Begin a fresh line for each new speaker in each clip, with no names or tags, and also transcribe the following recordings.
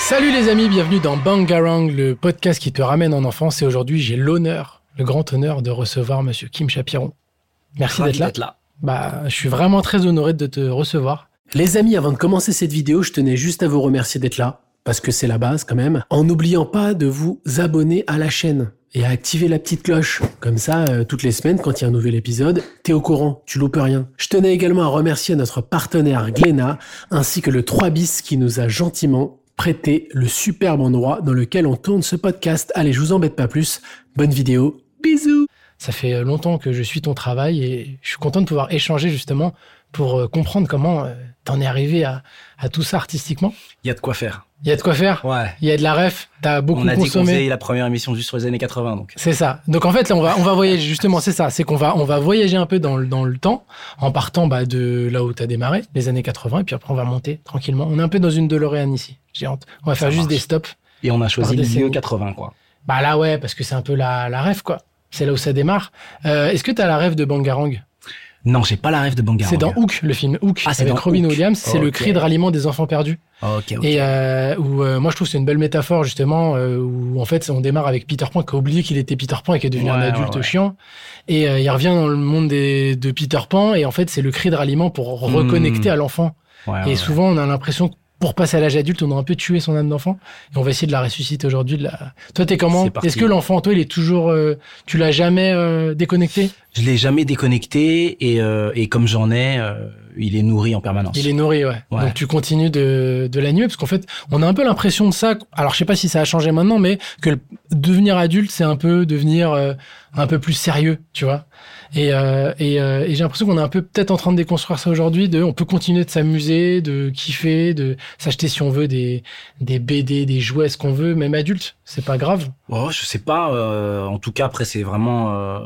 Salut les amis, bienvenue dans Bangarang, le podcast qui te ramène en enfance. Et aujourd'hui, j'ai l'honneur, le grand honneur de recevoir Monsieur Kim Chapiron. Merci
Ravi
d'être là.
d'être là.
Bah, je suis vraiment très honoré de te recevoir.
Les amis, avant de commencer cette vidéo, je tenais juste à vous remercier d'être là, parce que c'est la base quand même, en n'oubliant pas de vous abonner à la chaîne et à activer la petite cloche. Comme ça, euh, toutes les semaines, quand il y a un nouvel épisode, t'es au courant, tu loupes rien. Je tenais également à remercier notre partenaire Glénat, ainsi que le 3bis qui nous a gentiment prêté le superbe endroit dans lequel on tourne ce podcast. Allez, je vous embête pas plus, bonne vidéo, bisous
Ça fait euh, longtemps que je suis ton travail et je suis content de pouvoir échanger justement pour euh, comprendre comment euh, t'en es arrivé à, à tout ça artistiquement.
Il y a de quoi faire.
Il y a de quoi faire,
Ouais.
il y a de la ref, t'as beaucoup
on a dit qu'on
consommé.
faisait la première émission juste sur les années 80, donc.
C'est ça. Donc en fait, là, on va on va voyager justement. C'est ça. C'est qu'on va on va voyager un peu dans le dans le temps en partant bah, de là où t'as démarré, les années 80, et puis après on va monter tranquillement. On est un peu dans une DeLorean ici. Géante. On va faire
Ça
juste
marche.
des stops.
Et on a choisi
Par
les
décennie.
années 80, quoi.
Bah là ouais, parce que c'est un peu la la rêve quoi. C'est là où ça démarre. Euh, Est-ce que t'as la rêve de Bangarang
Non, j'ai pas la rêve de Bangarang.
C'est dans Hook, le film Hook
Ah, c'est
avec
dans
Robin
Hook.
Williams. C'est le
Ok.
cri de ralliement des enfants perdus.
Ah, Ok, ok.
Et euh, où euh, moi je trouve que c'est une belle métaphore justement euh, où en fait on démarre avec Peter Pan qui a oublié qu'il était Peter Pan et qui est devenu un
Ouais,
adulte
ouais, ouais.
chiant et euh, il revient dans le monde des, de Peter Pan et en fait c'est le cri de ralliement pour reconnecter
Hmm.
à l'enfant
Ouais,
et
ouais.
souvent on a l'impression que pour passer à l'âge adulte on a un peu tué son âme d'enfant et on va essayer de la ressusciter aujourd'hui de la... toi t'es comment
C'est parti.
est-ce que l'enfant toi il est toujours euh, tu l'as jamais euh, déconnecté
Je l'ai jamais déconnecté et, euh, et comme j'en ai, euh, il est nourri en permanence.
Il est nourri, ouais.
Ouais.
Donc tu continues de, de l'animer parce qu'en fait, on a un peu l'impression de ça. Alors je sais pas si ça a changé maintenant, mais que le- devenir adulte, c'est un peu devenir euh, un peu plus sérieux, tu vois. Et, euh, et, euh, et j'ai l'impression qu'on est un peu peut-être en train de déconstruire ça aujourd'hui. De, on peut continuer de s'amuser, de kiffer, de s'acheter si on veut des des BD, des jouets, ce qu'on veut, même adulte, c'est pas grave.
Oh, je sais pas. euh, en tout cas, après, c'est vraiment. euh,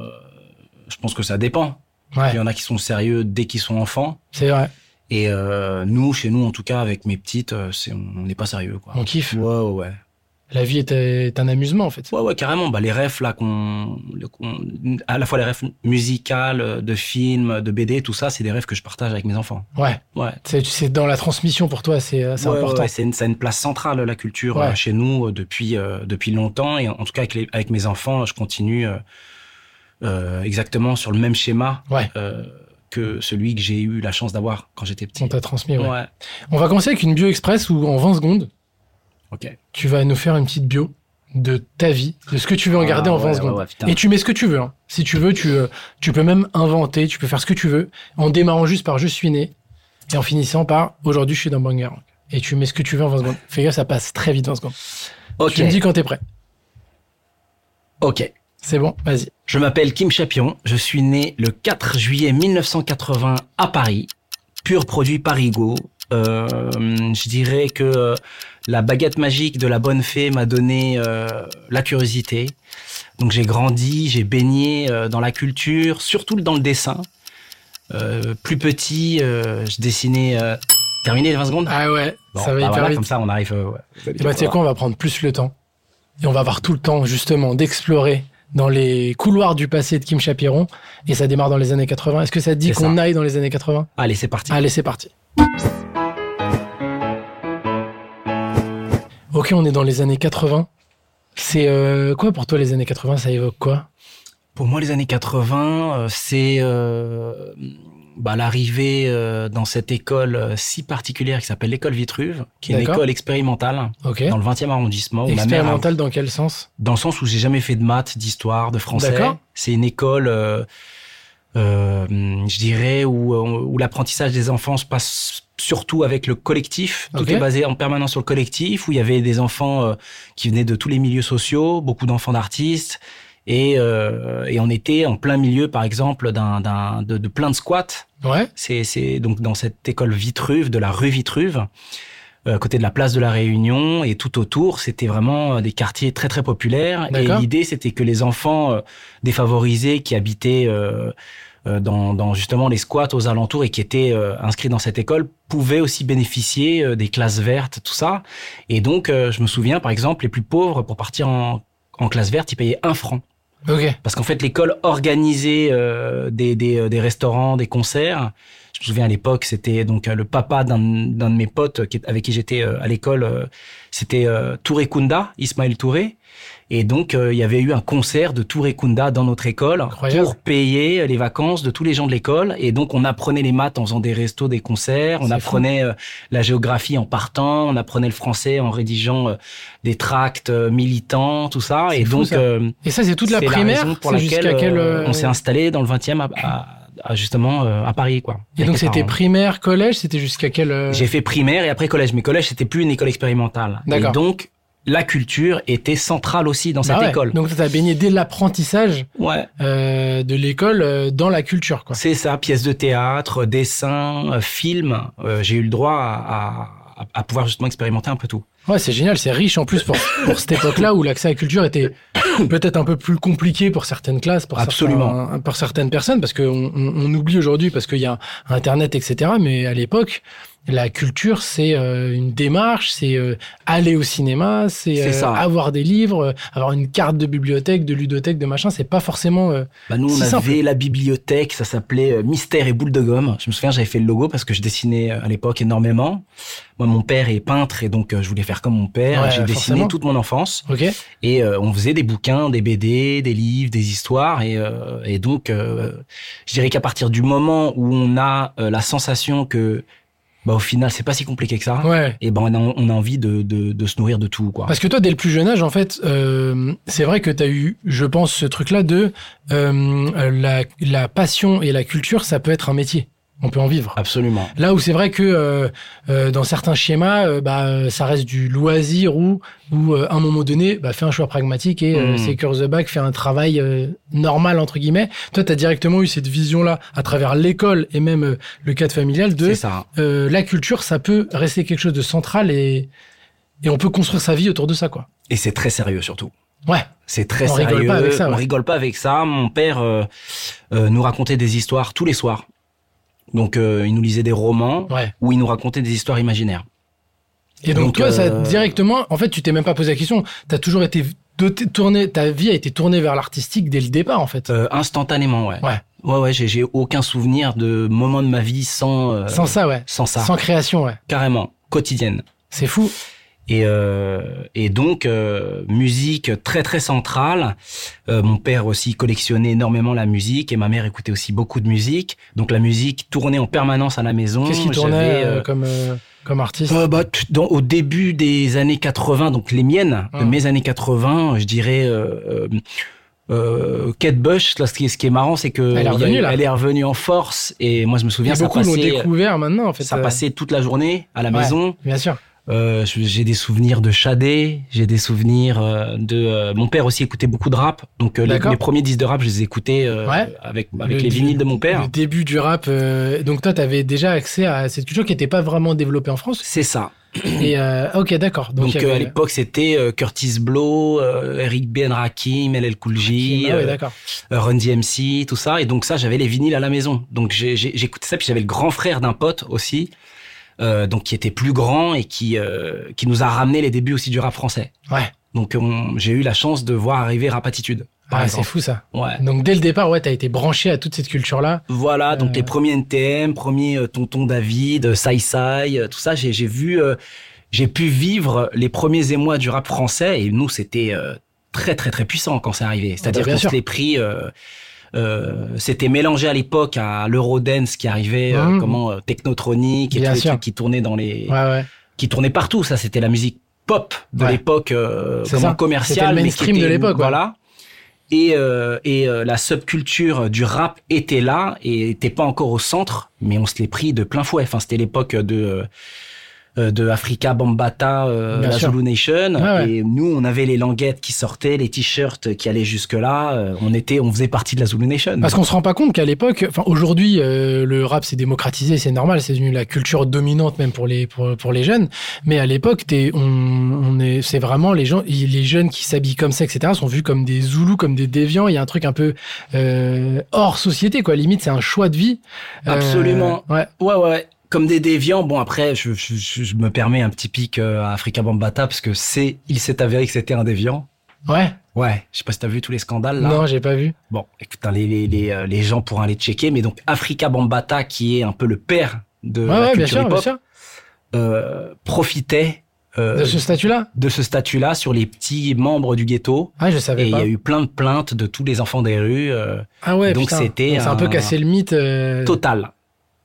je pense que ça dépend.
Ouais,
Il y en a qui sont sérieux dès qu'ils sont enfants.
c'est vrai.
Et euh, nous, chez nous, en tout cas, avec mes petites, euh, c'est, on n'est pas sérieux, quoi.
On kiffe.
Ouais, ouais, ouais.
La vie est, est un amusement en fait.
Ouais, ouais, carrément. Bah, les refs, là, qu'on, le- qu'on- à la fois les refs musicales, de films, de BD, tout ça, c'est des rêves que je partage avec mes enfants.
Ouais.
Ouais.
C'est c'est dans la transmission pour toi, c'est euh, c'est
Ouais,
important.
ouais, c'est une, ça a une place centrale, la culture,
Ouais.
euh, chez nous, euh, depuis, euh, depuis longtemps. Et en tout cas, avec, les- avec mes enfants, je continue euh, euh, exactement sur le même schéma
Ouais.
euh, que celui que j'ai eu la chance d'avoir quand j'étais petit.
On t'a transmis. ouais.
Ouais.
On va commencer avec une bio express où en 20 secondes,
Ok.
tu vas nous faire une petite bio de ta vie, de ce que tu veux regarder
Ah,
en
ouais,
20
ouais,
secondes.
ouais, putain.
Et tu mets ce que tu veux. hein. Si tu veux, tu, euh, tu peux même inventer, tu peux faire ce que tu veux, en démarrant juste par je suis né et en finissant par aujourd'hui je suis dans Banger. Et tu mets ce que tu veux en 20 secondes. Fais gaffe, ça passe très vite 20 secondes.
Ok.
Tu me dis quand t'es prêt.
Ok.
C'est bon, vas-y.
Je m'appelle Kim Chapion, je suis né le 4 juillet 1980 à Paris, pur produit Parigo. Euh, je dirais que euh, la baguette magique de la bonne fée m'a donné euh, la curiosité. Donc j'ai grandi, j'ai baigné euh, dans la culture, surtout dans le dessin. Euh, plus petit, euh, je dessinais... Euh... Terminé les 20 secondes
Ah ouais,
Bon,
ça va
bah
hyper
voilà,
vite.
Comme ça, on arrive... euh, ouais.
Et bah, tu sais quoi, on va prendre plus le temps. Et on va avoir tout le temps, justement, d'explorer dans les couloirs du passé de Kim Chapiron. Et ça démarre dans les années 80. Est-ce que ça te dit
C'est ça.
qu'on aille dans les années 80
Allez, c'est parti.
Allez, c'est parti. Ok, on est dans les années 80. C'est euh, quoi pour toi les années 80 Ça évoque quoi
Pour moi, les années 80, euh, c'est euh, bah, l'arrivée euh, dans cette école euh, si particulière qui s'appelle l'école Vitruve, qui est une
D'accord.
école expérimentale
Ok.
dans le 20e arrondissement. Où ma mère a-
Expérimental dans quel sens
dans le sens où j'ai jamais fait de maths, d'histoire, de français.
D'accord.
C'est une école, euh, euh, je dirais, où, euh, où l'apprentissage des enfants se passe surtout avec le collectif. Tout
Ok.
est basé en permanence sur le collectif, où il y avait des enfants euh, qui venaient de tous les milieux sociaux, beaucoup d'enfants d'artistes. Et, euh, et on était en plein milieu, par exemple, d'un, d'un, de, de plein de squats.
Ouais.
C'est, c'est donc dans cette école Vitruve, de la rue Vitruve, euh, côté de la place de la Réunion et tout autour, c'était vraiment euh, des quartiers très très populaires. Et
D'accord.
l'idée, c'était que les enfants euh, défavorisés qui habitaient euh, euh, dans, dans justement les squats aux alentours et qui étaient euh, inscrits dans cette école pouvaient aussi bénéficier euh, des classes vertes, tout ça. Et donc, euh, je me souviens, par exemple, les plus pauvres, pour partir en, en classe verte, ils payaient un franc.
Ok.
Parce qu'en fait, l'école organisait euh, des, des, euh, des restaurants, des concerts. Je Je me souviens à l'époque, c'était donc euh, le papa d'un d'un de mes potes qui est- avec qui j'étais euh, à l'école, euh, c'était euh, Touré Kunda, Ismaël Touré. Et donc, euh, il y avait eu un concert de Touré Kunda dans notre école
Incroyable.
pour payer euh, les vacances de tous les gens de l'école. Et donc, on apprenait les maths en faisant des restos, des concerts. On
C'est
apprenait euh, la géographie en partant. On apprenait le français en rédigeant euh, des tracts euh, militants, tout ça.
C'est
Et
fou,
donc,
ça.
euh,
Et ça, c'est toute la
c'est
primaire
raison pour
c'est
laquelle
jusqu'à quel,
euh,
euh,
on s'est installé dans le 20e à, à- à justement euh, à Paris quoi.
Et
Avec
donc
les
c'était
parents.
primaire, collège, c'était jusqu'à quel euh,
J'ai fait primaire et après collège. Mais collège c'était plus une école expérimentale. Et
D'accord.
donc la culture était centrale aussi dans
Bah
cette
ouais.
école.
Donc t'as baigné dès l'apprentissage
Ouais,
euh, de l'école euh, dans la culture, quoi.
c'est ça. Pièces de théâtre, dessin, euh, film. Euh, J'ai eu le droit à, à- à pouvoir justement expérimenter un peu tout.
Ouais, c'est génial, c'est riche en plus pour, pour cette époque-là où l'accès à la culture était peut-être un peu plus compliqué pour certaines classes, pour,
Absolument.
certains- pour certaines personnes, parce qu'on on, on oublie aujourd'hui, parce qu'il y a Internet, etc. Mais à l'époque, la culture, c'est euh, une démarche, c'est euh, aller au cinéma, c'est
C'est
euh,
ça.
avoir des livres, euh, avoir une carte de bibliothèque, de ludothèque, de machin, c'est pas forcément... euh,
Bah nous, on
C'est
avait
simple.
la bibliothèque, ça s'appelait euh, Mystère et Boule de Gomme. Je me souviens, j'avais fait le logo parce que je dessinais euh, à l'époque énormément. Moi, mon père est peintre et donc euh, je voulais faire comme mon père.
Ouais,
J'ai dessiné
forcément.
toute mon enfance
Ok
et euh, on faisait des bouquins, des BD, des livres, des histoires. Et, euh, et donc, euh, je dirais qu'à partir du moment où on a euh, la sensation que, bah, au final, c'est pas si compliqué que ça,
Ouais.
et ben on a, on a envie de, de, de se nourrir de tout, quoi.
Parce que toi, dès le plus jeune âge, en fait, euh, c'est vrai que tu as eu, je pense, ce truc-là de euh, la, la passion et la culture, ça peut être un métier. On peut en vivre.
Absolument.
Là où c'est vrai que euh, euh, dans certains schémas, euh, bah, euh, ça reste du loisir ou ou euh, à un moment donné, bah, fais un choix pragmatique et euh,
Mm.
secure the bag, fais un travail euh, normal entre guillemets. Toi, tu as directement eu cette vision-là à travers l'école et même euh, le cadre familial de
C'est ça.
euh, la culture, ça peut rester quelque chose de central et et on peut construire sa vie autour de ça, quoi.
Et c'est très sérieux surtout.
Ouais.
C'est très
On
sérieux.
rigole pas avec ça, ouais.
On rigole pas avec ça. Mon père euh, euh, nous racontait des histoires tous les soirs. Donc, euh, il nous lisait des romans
Ouais.
où il nous racontait des histoires imaginaires.
Et donc,
Donc,
toi, ça
euh,
directement, en fait, tu t'es même pas posé la question. T'as toujours été doté- tourné, ta vie a été tournée vers l'artistique dès le départ, en fait.
Euh, instantanément, ouais.
Ouais.
ouais, ouais, j'ai, j'ai aucun souvenir de moment de ma vie sans, euh,
sans ça, ouais.
sans ça.
Sans création, ouais.
Carrément, quotidienne.
C'est fou.
Et, euh, et donc, euh, musique très, très centrale. Euh, mon père aussi collectionnait énormément la musique et ma mère écoutait aussi beaucoup de musique. Donc, la musique tournait en permanence à la maison.
Qu'est-ce qui
J'avais,
tournait
euh,
euh, comme, euh, comme artiste
Euh, bah, tu- dans- au début des années 80, donc les miennes, de
Hmm.
mes années 80, je dirais. Euh, euh, euh, Kate Bush, là, ce qui est, ce qui est marrant, c'est que
Elle est
il y a
revenue,
eu-
là.
elle est revenue en force. Et moi, je me souviens,
Et
ça
Beaucoup l'ont
passait,
découvert maintenant, en fait.
ça
euh,
passait toute la journée à la
Ouais.
maison.
Bien sûr.
Euh, je- j'ai des souvenirs de Shadé, j'ai des souvenirs euh, de euh, mon père aussi écoutait beaucoup de rap. Donc euh, les,
D'accord.
mes premiers disques de rap, je les écoutais euh,
Ouais.
avec avec
Le-
les vinyles de mon père.
Le début du rap. euh, donc, toi, t'avais déjà accès à cette culture qui n'était pas vraiment développée en France.
C'est ça.
Et, euh, ok, d'accord.
Donc,
il y
euh, à
avait-
l'époque, c'était euh, Curtis Blow, euh, Eric Ben Rakim, LL Cool J,
Ah ouais,
euh,
d'accord.
Run DMC, tout ça. Et donc ça, j'avais les vinyles à la maison. Donc j'ai- j'ai- j'écoutais ça. Puis j'avais le grand frère d'un pote aussi, euh, donc qui était plus grand et qui euh, qui nous a ramené les débuts aussi du rap français.
Ouais.
Donc on- j'ai eu la chance de voir arriver Rapatitude. par
Ah, c'est
exemple.
fou, ça.
Ouais.
Donc, dès le départ, ouais, t'as été branché à toute cette culture-là.
Voilà, donc
Euh,
les premiers NTM, premier euh, Tonton David, euh, Sai Sai, euh, tout ça, j'ai j'ai vu, euh, j'ai pu vivre les premiers émois du rap français et nous c'était euh, très très très puissant quand c'est arrivé. C'est-à-dire
Ah, bah, bien
qu'on se
sûr.
les pris, euh, euh, c'était mélangé à l'époque à l'Eurodance qui arrivait, euh,
Mhm.
comment euh, Technotronic et
Bien
tous les
sûr.
trucs qui tournaient dans les,
Ouais, ouais.
qui tournaient partout. Ça c'était la musique pop de
Ouais.
l'époque, euh,
C'est ça.
comment
C'était le
commerciale, mais qui
mainstream de
était-
l'époque, ouais.
Voilà. Et, euh, et euh, la subculture du rap était là et était pas encore au centre, mais on se l'est pris de plein fouet. Enfin, c'était l'époque de euh, de Africa Bambata, euh,
Bien
la
sûr.
Zulu Nation.
Ouais, ouais.
Et nous, on avait les languettes qui sortaient, les t-shirts qui allaient jusque là. Euh, on était, on faisait partie de la Zulu Nation.
Parce qu'on se rend pas compte qu'à l'époque, enfin aujourd'hui, euh, le rap s'est démocratisé, c'est normal, c'est devenu la culture dominante même pour les pour, pour les jeunes. Mais à l'époque, t'es- on, on est, c'est vraiment les gens, y- les jeunes qui s'habillent comme ça, etc. sont vus comme des zoulous, comme des déviants. Il y a un truc un peu euh, hors société, quoi. Limite, c'est un choix de vie. Euh,
Absolument.
ouais.
Ouais, ouais, ouais. Comme des déviants. Bon, après, je, je- je- je me permets un petit pic euh, à Africa Bambata parce que c'est, il s'est avéré que c'était un déviant.
Ouais.
Ouais, je sais pas si t'as vu tous les scandales là.
Non, j'ai pas vu.
Bon, écoute, hein, les, les, les, euh, les gens pourront aller checker, mais donc Africa Bambata, qui est un peu le père de
ouais,
la
ouais, bien
culture
sûr, bien
hip-hop,
sûr.
euh, profitait euh,
De ce statut-là.
de ce statut-là sur les petits membres du ghetto.
Ah, je
Et
savais
il y
pas.
a eu plein de plaintes de tous les enfants des rues, euh,
Ah ouais,
donc
putain.
c'était
C'est un
un-
peu cassé le mythe. euh,
total.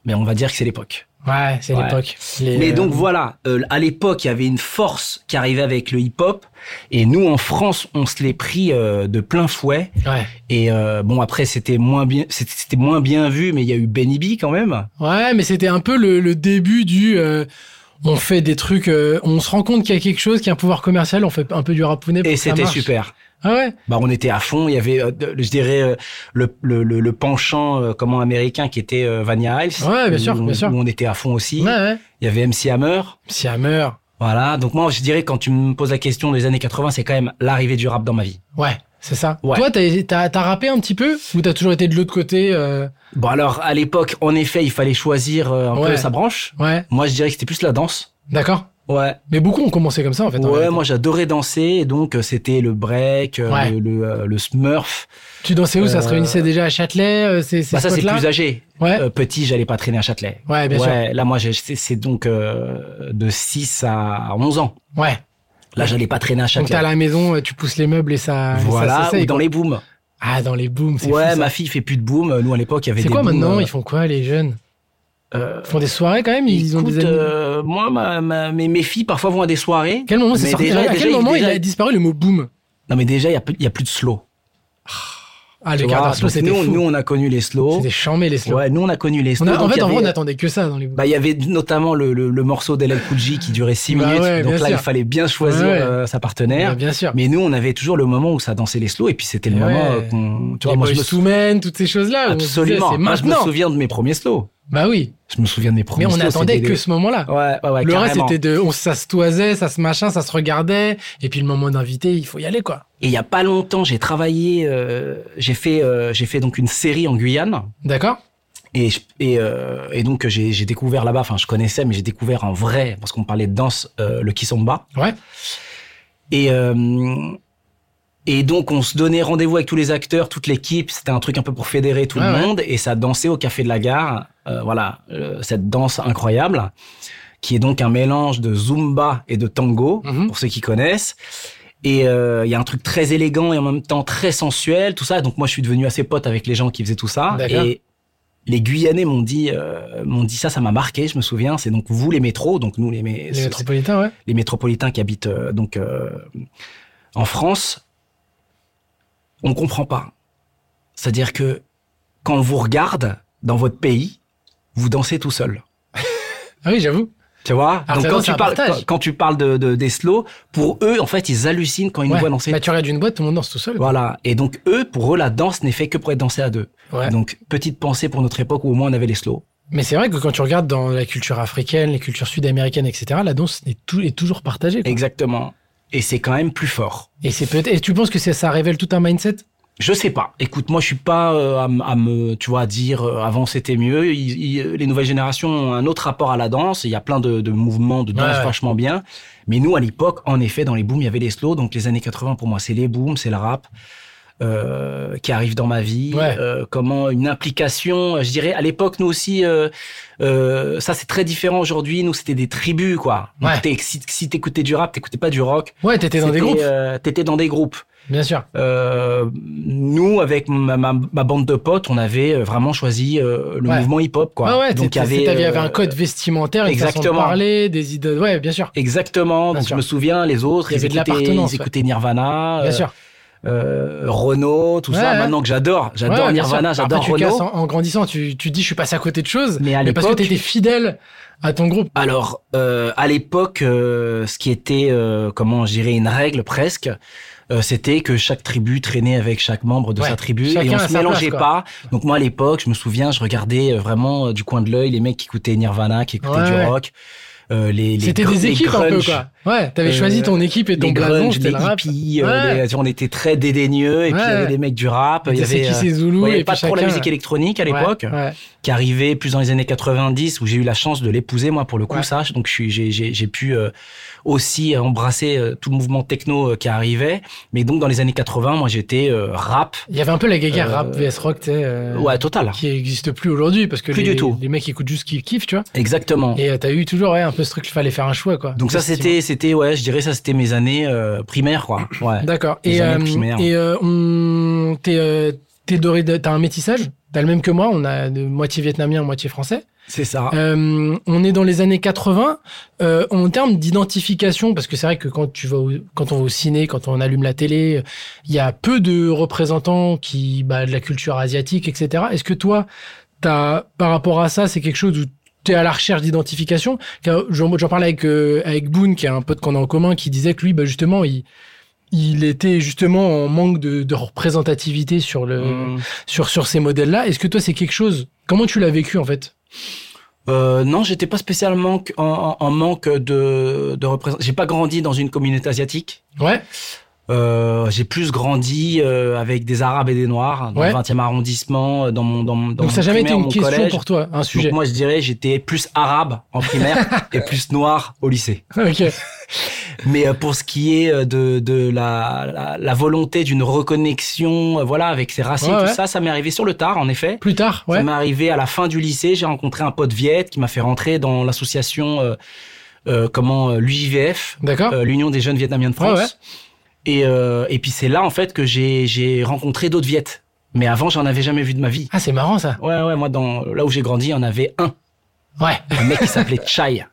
Mais on va dire que c'est l'époque.
Ouais, c'est
Ouais.
l'époque. Les-
Mais donc voilà, euh, à l'époque, il y avait une force qui arrivait avec le hip-hop, et nous en France, on se l'est pris euh, de plein fouet.
Ouais.
Et euh, bon, après, c'était moins bien, c'était- c'était moins bien vu, mais il y a eu Benny B quand même.
Ouais, mais c'était un peu le, le début du. euh, on fait des trucs. euh, on se rend compte qu'il y a quelque chose, qu'il y a un pouvoir commercial. On fait un peu du rapounet. pour
Et
que ça
c'était
marche.
super.
Ah ouais.
Bah, on était à fond. Il y avait, euh, de- je dirais, euh, le, le, le, le penchant euh, comment américain qui était euh, Vania Ives.
Ouais, bien
où
sûr,
on-
bien sûr.
Où on était à fond aussi.
Ouais, ouais.
Il y avait MC Hammer.
Si elle meurt.
Voilà. Donc moi, je dirais quand tu me poses la question des années 80, c'est quand même l'arrivée du rap dans ma vie.
Ouais, c'est ça.
Ouais.
Toi, t'as, t'as, t'as rappé un petit peu ou t'as toujours été de l'autre côté euh,
Bon alors à l'époque en effet il fallait choisir euh, un peu
Ouais.
sa branche.
Ouais,
Moi je dirais que c'était plus la danse.
d'accord.
Ouais.
Mais beaucoup ont commencé comme ça en fait. en
ouais
réalité.
moi j'adorais danser et donc euh, c'était le break, euh,
Ouais.
le, le, euh, le smurf.
Tu dansais où Ça se
Euh,
réunissait déjà à Châtelet euh, ces, ces
Bah, ça c'est
spots-là
plus âgé.
Ouais,
Euh, petit j'allais pas traîner à Châtelet.
ouais, bien
ouais là moi j'ai- c'est c'est donc euh, de 6 à 11 ans.
sûr. Ouais.
Là j'allais pas traîner à
Donc t'es à
Châtelet.
la maison, euh, tu pousses les meubles et ça. et ça
Voilà
s'essaye,
ou dans
quoi.
les booms.
Ah, dans les booms, c'est
Ouais
fou, ça.
ma fille fait plus de boom. Nous à l'époque il y avait
C'est
des
quoi
booms,
maintenant
euh,
Ils font quoi les jeunes
euh,
Ils font des soirées quand même Ils ont des
écoute,
amis
euh, moi ma- ma- mes, mes filles parfois vont à des soirées.
Quel moment c'est
mais
sorti
déjà-
À
déjà,
quel
il-
moment il
déjà-
a disparu le mot boom
Non mais déjà il y a, plus- il y a plus de slow.
Ah, le
Tu
quart
vois,
d'heure slow,
donc
c'était
nous, nous,
fou.
on a connu les slows.
C'était charmé les slow.
Ouais, nous, on a connu les
On
slows.
a- En
donc il
fait,
y
en vrai, on
avait-
attendait que ça dans les booms.
bah, il y avait notamment le, le, le morceau d'El Kouji qui durait 6
Bah
minutes.
ouais,
donc
bien
là, il
sûr.
fallait bien choisir
Ouais, ouais.
euh, sa
Bah,
partenaire.
Bien sûr.
Mais nous, on avait toujours le moment où ça dansait les slows et puis c'était le
Ouais.
moment euh, qu'on. Tu vois,
les
moi,
boys
je me
to
souviens.
men, toutes ces choses-là. où on se disait,
Absolument.
C'est
Moi, je me
maintenant.
souviens de mes premiers slows.
Bah oui.
Je me souviens de mes premiers
Mais on
slows.
attendait
c'était
que
des-
ce moment-là.
Ouais, ouais, ouais.
le reste,
carrément.
c'était de, on, ça se toisait, ça se machin, ça se regardait. Et puis le moment d'inviter, il faut y aller, quoi.
Et il y a pas longtemps, j'ai travaillé, euh, j'ai fait, euh, j'ai fait donc une série en Guyane.
D'accord
Et, je- et, euh, et donc j'ai j'ai découvert là-bas, enfin je connaissais, mais j'ai découvert en vrai, parce qu'on parlait de danse, euh, le kizomba.
Ouais.
Et, euh, et donc on se donnait rendez-vous avec tous les acteurs, toute l'équipe, c'était un truc un peu pour fédérer tout
Ouais,
le
ouais.
monde, et ça dansait au Café de la Gare, Euh, voilà, euh, cette danse incroyable, qui est donc un mélange de zumba et de tango,
Mhm.
pour ceux qui connaissent. Et euh, il y a un truc très élégant et en même temps très sensuel, tout ça. Donc moi, je suis devenu assez pote avec les gens qui faisaient tout ça.
D'accord.
Et les Guyanais m'ont dit, euh, m'ont dit ça, ça m'a marqué. Je me souviens. C'est donc vous les métros, donc nous les, mé-
Les métropolitains, ouais.
les métropolitains qui habitent euh, donc euh, en France, on comprend pas. C'est-à-dire que quand on vous regarde dans votre pays, vous dansez tout seul.
Ah oui, j'avoue.
Tu vois
Alors,
Donc
ça,
quand
c'est
tu,
un
parles,
partage.
quand, quand tu parles de, de- des slow, pour eux, en fait, ils hallucinent quand ils nous
Ouais.
voient danser.
Bah, tu regardes une boîte, tout le monde danse tout seul.
Voilà. Et donc eux, pour eux, la danse n'est faite que pour être dansée à deux.
Ouais.
Donc petite pensée pour notre époque où au moins on avait les slow.
Mais c'est vrai que quand tu regardes dans la culture africaine, les cultures sud-américaines, etc., la danse est, tout- est toujours partagée. quoi.
Exactement. Et c'est quand même plus fort.
Et c'est peut Et tu penses que c'est- ça révèle tout un mindset
Je sais pas. Écoute, moi je suis pas euh, à, m- à me, tu vois, à dire euh, avant c'était mieux. Il- il- les nouvelles générations ont un autre rapport à la danse. Il y a plein de, de mouvements de danse
Ouais, ouais.
vachement bien. Mais nous à l'époque, en effet, dans les booms, il y avait les slow. Donc les années 80 pour moi, c'est les booms, c'est le rap euh, qui arrive dans ma vie.
Ouais.
Euh, comment une implication, euh, je dirais. À l'époque, nous aussi, euh, euh, ça c'est très différent aujourd'hui. Nous c'était des tribus quoi. Donc,
Ouais.
t'es- si si t'écoutais du rap, t'écoutais pas du rock.
Ouais, t'étais dans des
C'était,
groupes,
euh, T'étais dans des groupes.
bien sûr.
Euh, nous, avec ma, ma- ma bande de potes, on avait euh, vraiment choisi euh, le
Ouais.
mouvement hip-hop, quoi.
ouais, ouais,
Donc,
t'étais-
il y avait,
t'avais- il y avait
euh,
un code vestimentaire, une façon de
exactement.
parler, des idées. Ouais, bien sûr.
Exactement.
Bien
Donc, je
sûr.
me souviens, les
Il
autres,
y
ils
avait de
écoutaient,
l'appartenance,
ils écoutaient Nirvana,
Bien
euh,
sûr.
euh, Renaud, tout
Ouais,
ça.
ouais.
Maintenant que j'adore, j'adore
Ouais, bien
Nirvana,
sûr.
j'adore
Après, tu casses
Renaud.
en, en grandissant, tu, tu dis je suis passé à côté de choses,
Mais à
mais parce que
l'époque,
t'étais fidèle à ton groupe.
alors euh, à l'époque, euh, ce qui était, euh, comment je dirais, une règle presque, euh, c'était que chaque tribu traînait avec chaque membre de
Ouais,
sa tribu et
chacun
on
à
se
sa
mélangeait
place,
pas. Donc moi à l'époque, je me souviens, je regardais euh, vraiment euh, du coin de l'œil les mecs qui écoutaient Nirvana, qui écoutaient
Ouais.
du rock. euh, les, les
C'était
gr-
des
les
équipes un peu,
grunge,
quoi. Ouais, t'avais
Euh,
choisi ton équipe et ton
les
blason,
grunge,
c'était
les
le rap.
hippies, euh,
Ouais.
les- tu vois, on était très dédaigneux, et puis il y
Ouais.
avait des mecs du rap, il y
C'était C'est
avait,
qui
euh,
c'est Zoulou
ouais, il y avait
et
pas
puis
trop la
chacun,
musique
ouais.
électronique à l'époque,
Ouais, ouais.
qui arrivait plus dans les années 90, où j'ai eu la chance de l'épouser, moi, pour le coup,
Ouais.
ça, donc je suis- j'ai j'ai- j'ai pu euh, aussi embrasser euh, tout le mouvement techno euh, qui arrivait, mais donc dans les années 80, moi j'étais euh, rap,
Il y avait un peu la guéguerre
Euh,
rap vs rock, tu sais, euh,
ouais, total,
qui existe plus aujourd'hui parce que
Plus
les,
du tout.
les mecs écoutent juste ce qu'ils kiffent, tu vois.
exactement.
Et euh, t'as eu toujours ouais, un peu ce truc qu'il fallait faire un choix, quoi.
Donc ça c'était c'était ouais je dirais ça c'était mes années euh, primaires quoi ouais
D'accord.
Les
Et,
années
euh,
primaires.
et euh, on- t'es, euh, t'es doré, de- t'as un métissage. T'as le même que moi. On a de moitié vietnamien, moitié français.
c'est ça
Euh, on est dans les années 80. Euh, en termes d'identification, parce que c'est vrai que quand tu vas, au- quand on va au ciné, quand on allume la télé, il y a peu de représentants qui, bah, de la culture asiatique, etc. Est-ce que toi, t'as, par rapport à ça, c'est quelque chose où t'es à la recherche d'identification Car J'en j'en parlais avec euh, avec Boone, qui est un pote qu'on a en commun, qui disait que lui, bah, justement, il il était justement en manque de, de représentativité sur le
Hum.
sur sur ces modèles-là. Est-ce que toi, c'est quelque chose Comment tu l'as vécu en fait
Euh, non, j'étais pas spécialement en, en- en manque de, de représentation. J'ai pas grandi dans une communauté asiatique.
Ouais.
Euh, j'ai plus grandi euh, avec des Arabes et des Noirs hein, dans
Ouais.
le 20e arrondissement, euh, dans mon dans mon dans
Donc ça n'a
mon
jamais été
primaire,
une
mon
question
collège.
pour toi, un sujet.
Donc moi, je dirais, j'étais plus arabe en primaire et plus noir au lycée.
ok.
Mais euh, pour ce qui est euh, de, de la, la, la volonté d'une reconnexion, euh, voilà, avec ses racines,
Ouais,
tout
ouais.
ça, ça m'est arrivé sur le tard, en effet.
Plus tard, ouais.
Ça m'est arrivé à la fin du lycée, j'ai rencontré un pote viet qui m'a fait rentrer dans l'association euh, euh, comment euh, l'UJVF,
D'accord.
euh, l'Union des jeunes vietnamiens de France.
Ah. Ouais, ouais.
Et, euh, et puis c'est là en fait que j'ai j'ai rencontré d'autres Viettes. Mais avant, j'en avais jamais vu de ma vie.
Ah, c'est marrant ça.
Ouais, ouais, moi dans là où j'ai grandi, il y en avait un,
Ouais.
un mec qui s'appelait Chai.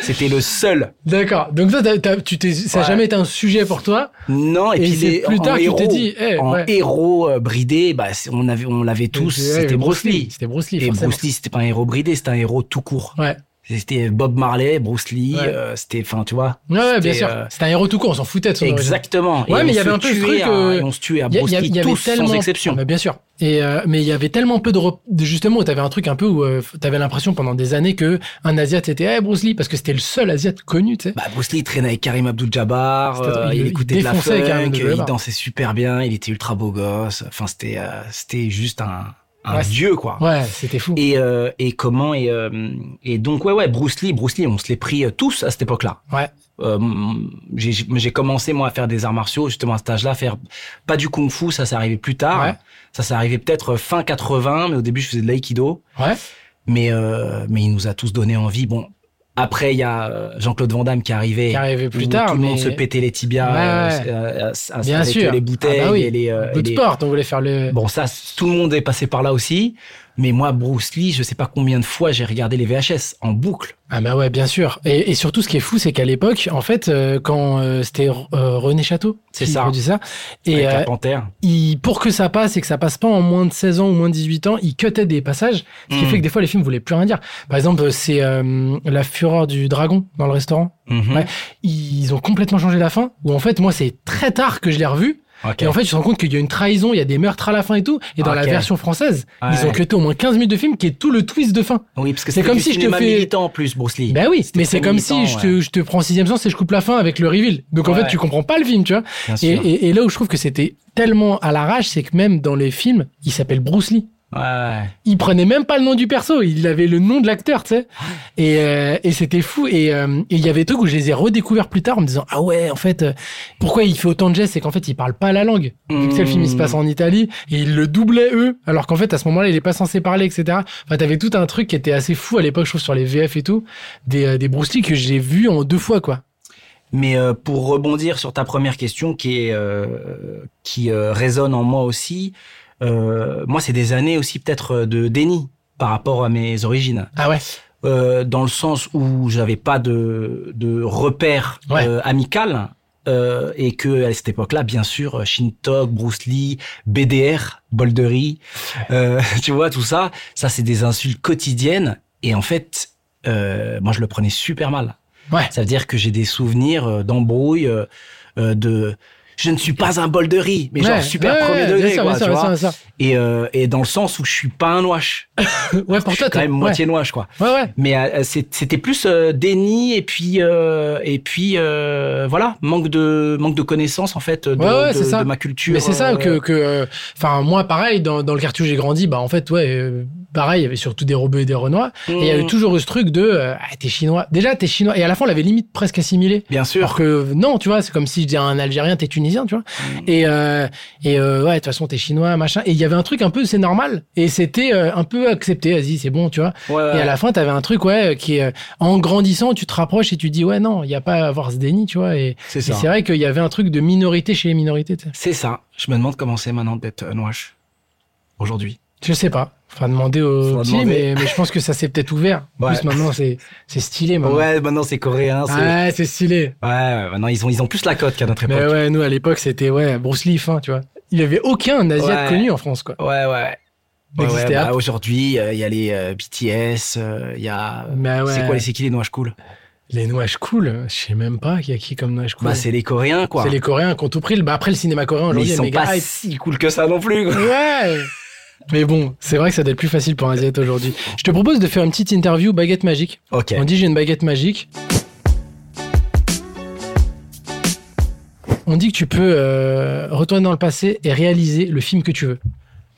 C'était le seul.
D'accord. Donc toi, t'as- t'as- tu t'es, ça n'a
Ouais.
jamais été un sujet pour toi.
Non, et,
Et
puis
c'est
les-
plus
en
tard que tu
héros,
t'es dit, eh,
en
ouais.
héros euh, bridé, bah c'est- on avait on l'avait tous.
Ouais,
C'était
mais
Bruce Lee.
C'était Bruce Lee.
Et
forcément.
Bruce Lee, c'était pas un héros bridé, c'était un héros tout court.
Ouais.
C'était Bob Marley, Bruce Lee,
Ouais.
euh, c'était, enfin, tu vois.
Ouais, ouais, bien
C'était,
sûr.
euh,
C'était un héros tout court. On s'en foutait de son origine.
Exactement.
Ouais,
Et
mais
on
il y avait
se
un peu ce
tuait
truc,
à-
euh,
et on se tuait à
Il y a-
Bruce
il y a-
Lee,
il y avait
tous,
tellement-
sans exception.
Ah bah, bien sûr. Et euh, mais il y avait tellement peu de, rep- de justement, t'avais un truc un peu où euh, t'avais l'impression pendant des années que un asiate c'était eh, Bruce Lee parce que c'était le seul asiate connu, tu sais.
Bah, Bruce Lee il traînait avec Karim Abdul-Jabbar,
C'était-
euh,
il-
il,
il
écoutait de la
défonçait Karim
funk, euh, il
Abdul-Jabbar.
dansait super bien, il était ultra beau gosse. Enfin, c'était, euh, c'était juste un, un
Ouais,
dieu, quoi.
Ouais, c'était fou.
Et, euh, et comment et, euh, et donc ouais ouais Bruce Lee Bruce Lee on se l'est pris euh, tous à cette époque-là.
Ouais.
Euh, j'ai- j'ai j'ai commencé moi à faire des arts martiaux justement à cet âge-là, faire pas du kung-fu ça c'est arrivé plus tard.
Ouais.
Ça c'est arrivé peut-être euh, fin 80 mais au début je faisais de l'aïkido.
Ouais.
Mais euh, mais il nous a tous donné envie. Bon après il y a euh, Jean-Claude Van Damme qui est arrivé.
Qui arrivait plus
où
tard,
tout le monde
mais-
se pétait les tibias
Ouais,
euh, euh, euh,
Bien
avec
sûr.
les bouteilles
Ah bah oui.
et les, euh, et
Good
les-
sport. On voulait faire le.
Bon, ça, tout le monde est passé par là aussi. Mais moi, Bruce Lee, je sais pas combien de fois j'ai regardé les VHS en boucle.
Ah bah ouais, bien sûr. Et, et surtout, ce qui est fou, c'est qu'à l'époque, en fait, euh, quand euh, c'était euh, René Château,
C'est
qui
ça.
produisait ça,
avec
et
la
euh,
panthère.
il- pour que ça passe et que ça passe pas en moins de 16 ans ou moins de 18 ans, il cutait des passages, ce qui
Mm.
fait que des fois, les films voulaient plus rien dire. Par exemple, c'est euh, La Fureur du Dragon dans le restaurant.
Mhm.
ouais. Ils ont complètement changé la fin, où en fait, moi, c'est très tard que je l'ai revu.
Ok.
Et en fait, tu te rends compte qu'il y a une trahison, il y a des meurtres à la fin et tout. Et dans la
Ok.
version française, ils
Ouais.
ont cuté au moins 15 minutes de film qui est tout le twist de fin.
Oui, parce que
c'est
c'était
comme
du
si je te
cinéma
fais-
militant en plus, Bruce Lee.
Ben oui,
C'était
mais c'est
très
comme
militant,
si je, te, je te prends sixième sens et je coupe la fin avec le reveal. Donc en
Ouais.
fait, tu comprends pas le film, tu vois.
Bien
Et,
sûr.
et- et là où je trouve que c'était tellement à l'arrache, c'est que même dans les films, il s'appelle Bruce Lee.
Ouais, ouais.
Il prenait même pas le nom du perso, il avait le nom de l'acteur, tu sais. Et, euh, et c'était fou. Et euh, et il y avait des trucs où je les ai redécouverts plus tard en me disant ah ouais, en fait, euh, pourquoi il fait autant de gestes, c'est qu'en fait il parle pas la langue. Vu que c'est le film, il se passe en Italie et ils le doublaient eux, alors qu'en fait à ce moment-là il est pas censé parler, etc. Enfin, t'avais tout un truc qui était assez fou à l'époque, je trouve, sur les VF et tout, des, euh, des Bruce Lee que j'ai vu en deux fois, quoi.
Mais euh, pour rebondir sur ta première question qui, est, euh, qui euh, résonne en moi aussi, euh, moi, c'est des années aussi peut-être de déni par rapport à mes origines.
Ah ouais.
euh, dans le sens où j'avais pas de, de repère
Ouais.
euh, amical euh, et que à cette époque-là, bien sûr, euh, Shintok, Bruce Lee, BDR, Boldery, euh, tu vois tout ça, ça c'est des insultes quotidiennes et en fait, euh, moi je le prenais super mal.
Ouais.
Ça veut dire que j'ai des souvenirs euh, d'embrouilles, euh, euh, de je ne suis pas un bol de riz, mais
Ouais,
genre super
ouais,
premier
ouais,
degré,
bien sûr,
quoi,
bien sûr,
tu
bien
vois.
sûr, bien sûr.
Et, euh, et dans le sens où je suis pas un noache.
Ouais, pour
Je suis
toi,
quand
t'es-
même moitié noache, quoi.
Ouais, ouais, ouais.
Mais euh, c'est- c'était plus euh, déni et puis euh, et puis euh, voilà manque de manque de connaissances en fait de,
Ouais, ouais,
de-
c'est ça.
de ma culture.
Mais c'est ça
euh,
que, que, euh, enfin, moi, pareil, dans, dans le quartier où j'ai grandi, bah, en fait, ouais, euh, pareil, il y avait surtout des Rebeux et des Renois. Et il y a eu
Mm.
toujours eu ce truc de, euh, ah, t'es chinois. Déjà, t'es chinois. Et à la fin, on l'avait limite presque assimilé.
Bien
Alors
sûr.
que euh, non, tu vois, c'est comme si je disais à un Algérien, t'es tunisien, tu vois.
Mm.
Et, euh, et euh, ouais, de toute façon, t'es chinois, machin. Et il y avait un truc un peu, c'est normal. Et c'était euh, un peu accepté, vas-y, c'est bon, tu vois.
Ouais, ouais.
Et à la fin, t'avais un truc, ouais, qui est, euh, en grandissant, tu te rapproches et tu dis, ouais, non, il n'y a pas à avoir ce déni, tu vois. Et,
c'est
et
ça.
c'est vrai qu'il y avait un truc de minorité chez les minorités, tu sais.
C'est ça. Je me demande comment c'est maintenant d'être euh, noache aujourd'hui.
Je sais pas. Enfin, demander
Faudra
au petit,
demander.
mais, mais je pense que ça s'est peut-être ouvert. En
Ouais.
plus, maintenant, c'est, c'est stylé, maintenant.
Ouais, maintenant c'est coréen. c'est- Ouais.
Ah, c'est stylé.
ouais, maintenant ils ont ils ont plus la cote qu'à notre époque.
Mais ouais, nous, à l'époque, c'était, ouais, Bruce Lee, hein, tu vois. Il y avait aucun Asiate
Ouais.
connu en France, quoi.
Ouais, ouais. ouais. Ouais,
N'existait
bah,
pas.
aujourd'hui, euh, il y a les euh, BTS, euh, il y a.
Mais ouais.
C'est quoi les c'est qui les noaches cool
Les Noaches cool, je sais même pas qu'il y a qui comme Noaches cool.
Bah c'est les Coréens quoi.
C'est les Coréens qui ont tout pris. le- Bah, après, le cinéma coréen,
Mais
aujourd'hui,
ils
est
sont
méga
pas
hype.
si cool que ça non plus. quoi.
Ouais Mais bon, c'est vrai que ça doit être plus facile pour un Asiate aujourd'hui. Je te propose de faire une petite interview baguette magique.
Ok.
On dit j'ai une baguette magique. On dit que tu peux euh, retourner dans le passé et réaliser le film que tu veux.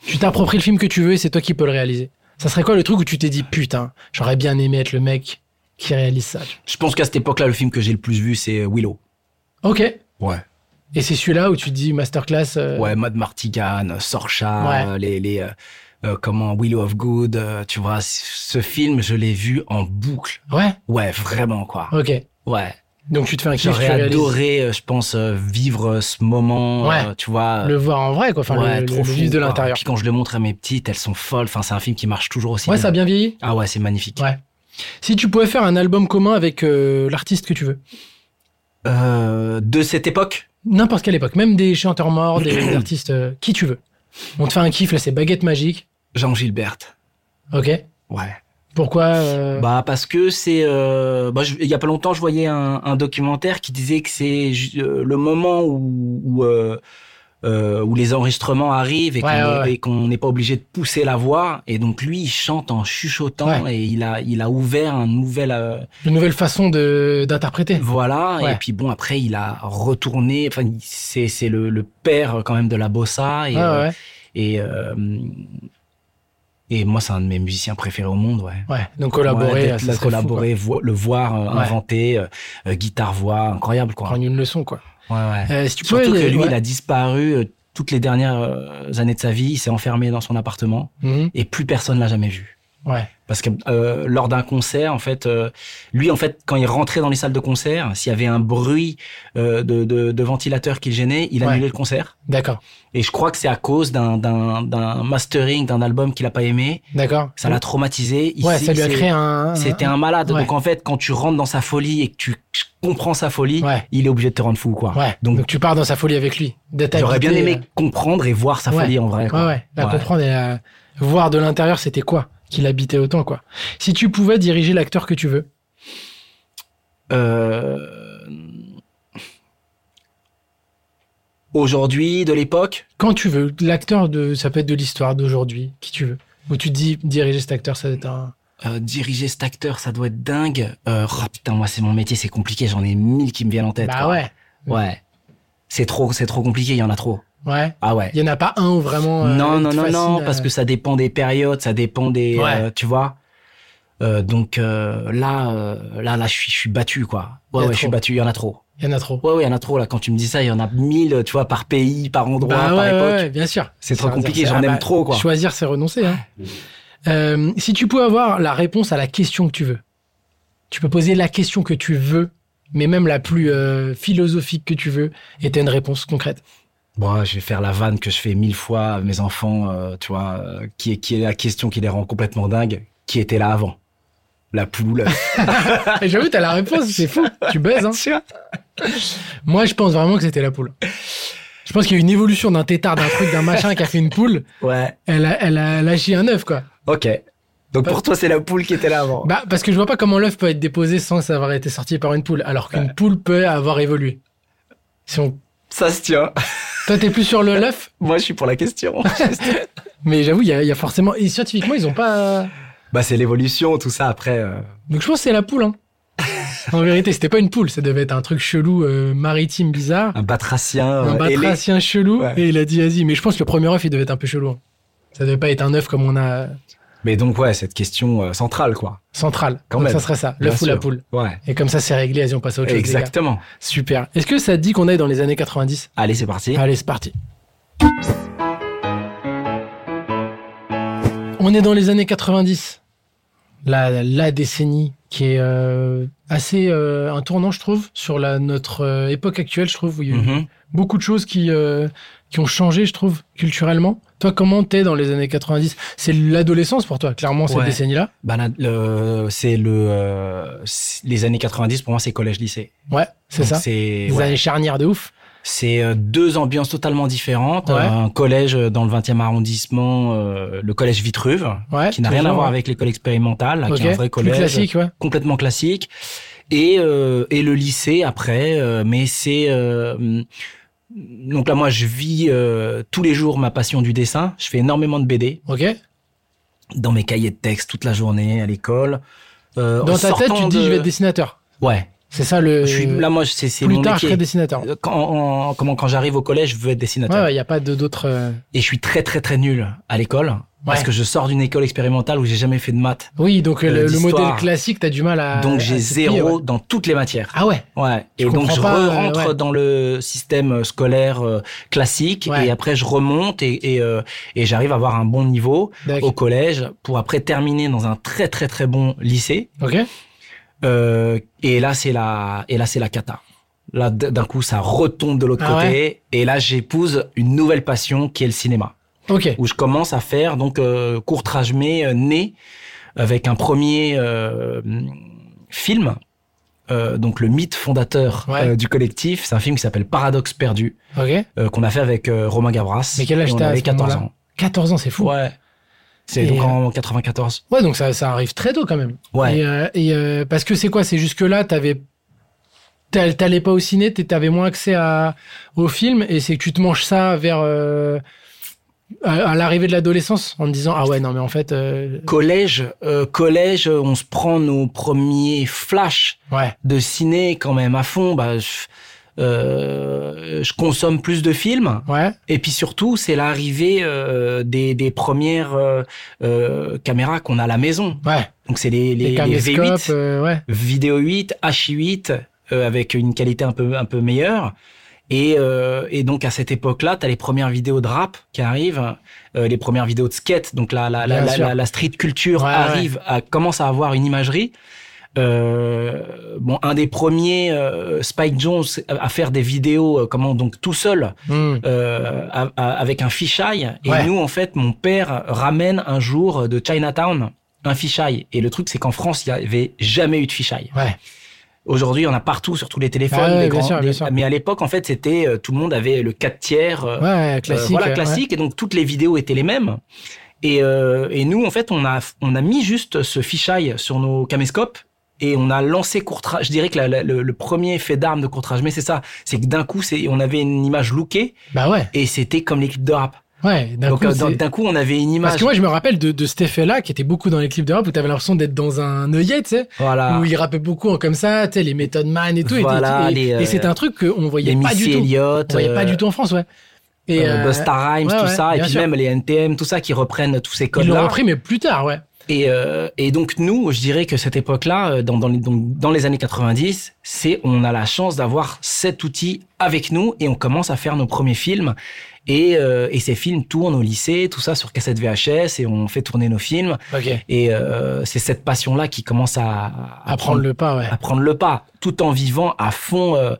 Tu t'appropries le film que tu veux et c'est toi qui peux le réaliser. Ça serait quoi le truc où tu t'es dit putain, j'aurais bien aimé être le mec qui réalise ça.
Je pense qu'à cette époque-là, le film que j'ai le plus vu, c'est euh, Willow.
Ok.
Ouais.
Et c'est celui-là où tu te dis masterclass. euh,
Ouais, Mad Martigan, Sorcha,
Ouais.
euh, les, les euh, euh, comment Willow of Good, euh, tu vois, c- ce film, je l'ai vu en boucle.
Ouais.
Ouais, vraiment quoi.
Ok.
Ouais.
Donc tu te fais un kiff, tu
J'aurais
réalises.
adoré, euh, je pense, euh, vivre euh, ce moment,
Ouais.
euh, tu vois.
le voir en vrai quoi. Enfin
ouais,
le,
trop
le
fou,
vivre de
quoi.
l'intérieur.
Puis quand je le montre à mes petites, elles sont folles. Enfin, c'est un film qui marche toujours aussi
Ouais,
bien.
ça a bien vieilli.
Ah ouais, c'est magnifique.
Ouais. Si tu pouvais faire un album commun avec euh, l'artiste que tu veux.
Euh, de cette époque
N'importe quelle époque, même des chanteurs morts, des, des artistes, euh, qui tu veux. On te fait un kiff, là, c'est baguette magique.
Jean Gilbert.
Ok.
Ouais.
Pourquoi euh,
Bah parce que c'est euh, bah, je- il y a pas longtemps je voyais un, un documentaire qui disait que c'est ju- euh, le moment où où, euh, euh, où les enregistrements arrivent et
Ouais,
qu'on
ouais, ouais.
est- et qu'on n'est pas obligé de pousser la voix et donc lui il chante en chuchotant et il a il a ouvert un nouvel euh,
une nouvelle façon de d'interpréter
voilà
Ouais.
et puis bon après il a retourné enfin il- c'est c'est le, le père quand même de la bossa et
Ouais,
euh,
Ah, ouais,
et euh, et moi c'est un de mes musiciens préférés au monde ouais
ouais. Donc collaborer,
Ouais,
euh,
d'être
ça serait
là,
fou,
collaborer, vo- le voir euh,
Ouais.
inventer, euh, euh, guitare-voix, incroyable
quoi.
quoi.
Prendre une leçon, quoi.
Ouais, ouais.
Euh, si tu
Surtout
pouvais-
que lui,
ouais.
il a disparu euh, toutes les dernières euh, années de sa vie, il s'est enfermé dans son appartement
Mhm.
et plus personne l'a jamais vu.
Ouais.
Parce que euh, lors d'un concert, en fait, euh, lui, en fait, quand il rentrait dans les salles de concert, s'il y avait un bruit euh, de, de, de ventilateur qui le gênait, il
Ouais.
annulait le concert.
D'accord,
Et je crois que c'est à cause d'un- d'un d'un mastering d'un album qu'il a pas aimé,
d'accord.
ça l'a traumatisé. Il
Ouais,
s'est-
ça lui a
il s'est-
créé un. hein.
c'était un malade.
Ouais.
Donc en fait, quand tu rentres dans sa folie et que tu comprends sa folie,
Ouais.
il est obligé de te rendre fou, quoi.
Ouais. Donc,
Donc,
tu pars dans sa folie avec lui. d'être
j'aurais bien
habité,
aimé
euh,
comprendre et voir sa
ouais.
folie en vrai.
Ouais,
Quoi.
ouais. La
Ouais.
comprendre et la voir de l'intérieur, c'était quoi qu'il habitait autant, quoi. Si tu pouvais diriger l'acteur que tu veux.
Euh, Aujourd'hui, de l'époque,
quand tu veux. L'acteur de, ça peut être de l'histoire d'aujourd'hui, qui tu veux. Ou tu te dis diriger cet acteur, ça doit être un.
euh, diriger cet acteur, ça doit être dingue. Euh, oh, putain, moi c'est mon métier, c'est compliqué. J'en ai mille qui me viennent en tête.
Bah
quoi.
ouais,
Ouais. C'est trop, c'est trop compliqué. Il y en a trop.
ouais.
Ah ouais.
Il y en a pas un où vraiment. euh,
Non,
il
non,
te
non, non,
fascine, euh,
parce que ça dépend des périodes, ça dépend des,
Ouais.
euh, tu vois. Euh, donc euh, là, euh, là, là, je suis, je suis battu,
Il
quoi.
y
Ouais,
a
ouais, je suis
trop.
battu. Il y en a trop.
euh, Il y en a trop.
Ouais, ouais, il y en a trop là. Quand tu me dis ça, il y en a mille, tu vois, par pays, par endroit,
Bah
par
ouais,
époque.
ouais, ouais, bien sûr.
C'est trop
Ça veut dire,
compliqué.
c'est-
J'en
ah
aime
bah,
trop, quoi.
Choisir, c'est renoncer. hein. Euh, si tu peux avoir la réponse à la question que tu veux, tu peux poser la question que tu veux, mais même la plus euh, philosophique que tu veux, et t'as une réponse concrète.
Bon, je vais faire la vanne que je fais mille fois à mes enfants, euh, tu vois, euh, qui est, qui est la question qui les rend complètement dingues. Qui était là avant La poule.
Et J'avoue, t'as la réponse, c'est fou. Tu baises, hein.
Tu vois
Moi, je pense vraiment que c'était la poule. Je pense qu'il y a eu une évolution d'un tétard, d'un truc, d'un machin qui a fait une poule.
ouais.
Elle a, elle a lâché un œuf, quoi.
Ok. Donc pour toi, c'est la poule qui était là avant.
Bah, parce que je vois pas comment l'œuf peut être déposé sans avoir été sorti par une poule, alors qu'une poule peut avoir évolué. Si on,
Ça se tient.
Toi, t'es plus sur le l'œuf,
Moi, je suis pour la question.
mais j'avoue, il y a, il y a forcément. Et scientifiquement, ils ont pas.
bah, c'est l'évolution, tout ça. Après, euh,
Donc je pense que c'est la poule. Hein. en vérité, c'était pas une poule, ça devait être un truc chelou, euh, maritime, bizarre.
un batracien.
un
euh, ailé.
batracien chelou.
Ouais.
Et il a dit Asie. Mais je pense que le premier œuf, il devait être un peu chelou. hein. Ça devait pas être un œuf comme on a
Mais donc, ouais, cette question euh, centrale, quoi.
central.
Quand
Donc
même.
ça serait ça,
Bien
l'œuf ou la
sûr.
poule.
Ouais.
Et comme ça, c'est réglé, Asie, on passe à autre chose. les gars.
Exactement.
Super. Est-ce que ça te dit qu'on est dans les années 90
Allez, c'est parti.
Allez, c'est parti. On est dans les années 90. La, la décennie qui est euh, assez euh, un tournant, je trouve, sur la, notre euh, époque actuelle, je trouve, où il y a eu
Mhm.
beaucoup de choses qui, euh, qui ont changé, je trouve, culturellement. Toi, comment t'es dans les années 90 C'est l'adolescence pour toi, clairement, cette
Ouais.
décennie-là.
Bah, la- le- c'est le, euh, c'est- les années 90, pour moi, c'est collège-lycée.
Ouais, c'est
Donc,
ça.
C'est
Des
ouais.
années charnières de ouf.
C'est, euh, deux ambiances totalement différentes.
Ouais.
Un collège euh, dans le 20e arrondissement, euh, le collège Vitruve,
Ouais,
qui n'a rien à
toujours,
voir
ouais.
avec l'école expérimentale, là, qui est un
Ok.
vrai
Plus
collège
classique, ouais.
complètement classique. Et, euh, et le lycée après, euh, mais c'est... euh, hum, donc là, moi, je vis euh, tous les jours ma passion du dessin. Je fais énormément de BD
Ok.
dans mes cahiers de texte toute la journée à l'école. Euh, en
Dans ta tête,
sortant
tu te dis,
de-
je vais être dessinateur.
Ouais.
C'est ça le.
Je suis, là, moi, c'est c'est
plus
mon
tard, je serai
métier. Euh,
dessinateur. Ouais,
Quand, en- comment, quand j'arrive au collège, je veux être dessinateur.
il n'y a pas de- d'autres. euh,
Et je suis très, très, très nul à l'école. Parce
Ouais.
que je sors d'une école expérimentale où j'ai jamais fait de maths.
Oui, donc euh,
Euh,
le, le
d'histoire.
modèle classique, t'as du mal à. à
donc j'ai
t'y plier,
zéro
ah, ouais.
dans toutes les matières.
Ah ouais.
Ouais.
Je
et donc
comprends
je
pas, euh,
rentre
ouais.
dans le système scolaire euh, classique
Ouais.
et après je remonte et, et, euh, et j'arrive à avoir un bon niveau au
D'accord.
collège pour après terminer dans un très très très bon lycée.
Ok.
Euh, et là c'est la et là c'est la cata. Là d- d'un coup ça retombe de l'autre
Ah
côté et là j'épouse une nouvelle passion qui est le cinéma
Ok.
où je commence à faire donc euh, court-métrage mais euh, né avec un premier euh, film euh, donc le mythe fondateur
Ouais.
euh, du collectif c'est un film qui s'appelle Paradoxe perdu
Ok.
euh, qu'on a fait avec euh, Romain Gavras
Mais quel âge
Et on
t'as à
avait
ce
14
moment-là
ans
14 ans, c'est fou.
ouais c'est
Et,
donc
euh,
en 94
Ouais, donc ça, ça arrive très tôt quand même.
ouais
Et, euh, et, euh, parce que c'est quoi C'est jusque-là, t'avais. t'a- T'allais pas au ciné, t'é- t'avais moins accès à, au film, et c'est que tu te manges ça vers. euh, à, à l'arrivée de l'adolescence, en te disant Ah ouais, non, mais en fait. euh,
collège euh, collège euh, on se prend nos premiers flashs
ouais.
de ciné quand même à fond bah je, euh, je consomme plus de films
Ouais.
Et puis surtout, c'est l'arrivée euh, des, des premières euh, euh, caméras qu'on a à la maison.
Ouais.
Donc c'est les, les,
Les,
les
caméscopes,
V8,
euh, ouais.
vidéo 8, H8, euh, avec une qualité un peu un peu meilleure. Et, euh, et donc à cette époque-là, t'as les premières vidéos de rap qui arrivent, euh, les premières vidéos de skate. Donc la la, la,
Bien
la,
sûr.
la- la street culture
Ouais,
arrive, à, commence à avoir une imagerie. Euh, bon, un des premiers euh, Spike Jones à à faire des vidéos, euh, comment donc tout seul,
Hmm.
euh, à- à- avec un fisheye. Et
Ouais.
nous, en fait, mon père ramène un jour euh, de Chinatown un fisheye. Et le truc, c'est qu'en France, il y avait jamais eu de fisheye.
Ouais.
Aujourd'hui, il y en a partout sur tous les téléphones.
Ah ouais,
les
bien sûr, bien sûr.
Mais à l'époque, en fait, c'était euh, tout le monde avait le 4 tiers. euh,
Ouais,
euh,
classique.
voilà,
ouais.
classique. Et donc, toutes les vidéos étaient les mêmes. Et, euh, et nous, en fait, on a, on a mis juste ce fisheye sur nos caméscopes. Et on a lancé courtrage. Je dirais que la- la- le, le premier fait d'armes de courtrage, mais c'est ça, c'est que d'un coup, c'est, on avait une image lookée
Bah ouais,
et c'était comme les clips de rap.
ouais. D'un
Donc
coup,
euh,
c'est-
d'un d'un coup, on avait une image.
Parce que moi, je me rappelle de, de cet effet-là qui était beaucoup dans les clips de rap où t'avais l'impression d'être dans un œillet, tu sais,
voilà.
où il rappait beaucoup en comme ça, tu sais, les méthodes Man et tout. et-
Ah. Voilà,
et
les, euh,
et c'était un truc qu'on
Il y a
voyait pas
Missy
du tout.
Elliott,
On voyait pas
euh,
du tout en France, ouais. Et
euh,
euh,
Busta Rhymes,
ouais,
tout
ouais,
ça, et
bien
puis
sûr.
même les NTM, tout ça, qui reprennent tous ces
ils l'ont
codes-là.
repris, mais plus tard, ouais.
Et, euh, et donc nous, je dirais que cette époque-là, euh, dans, dans, les, donc, dans les années 90, c'est on a la chance d'avoir cet outil avec nous et on commence à faire nos premiers films. Et, euh, et ces films tournent au lycée, tout ça sur cassette VHS, et on fait tourner nos films.
Ok.
Et euh, c'est cette passion-là qui commence à,
À prendre le pas, ouais.
à prendre le pas, tout en vivant à fond euh,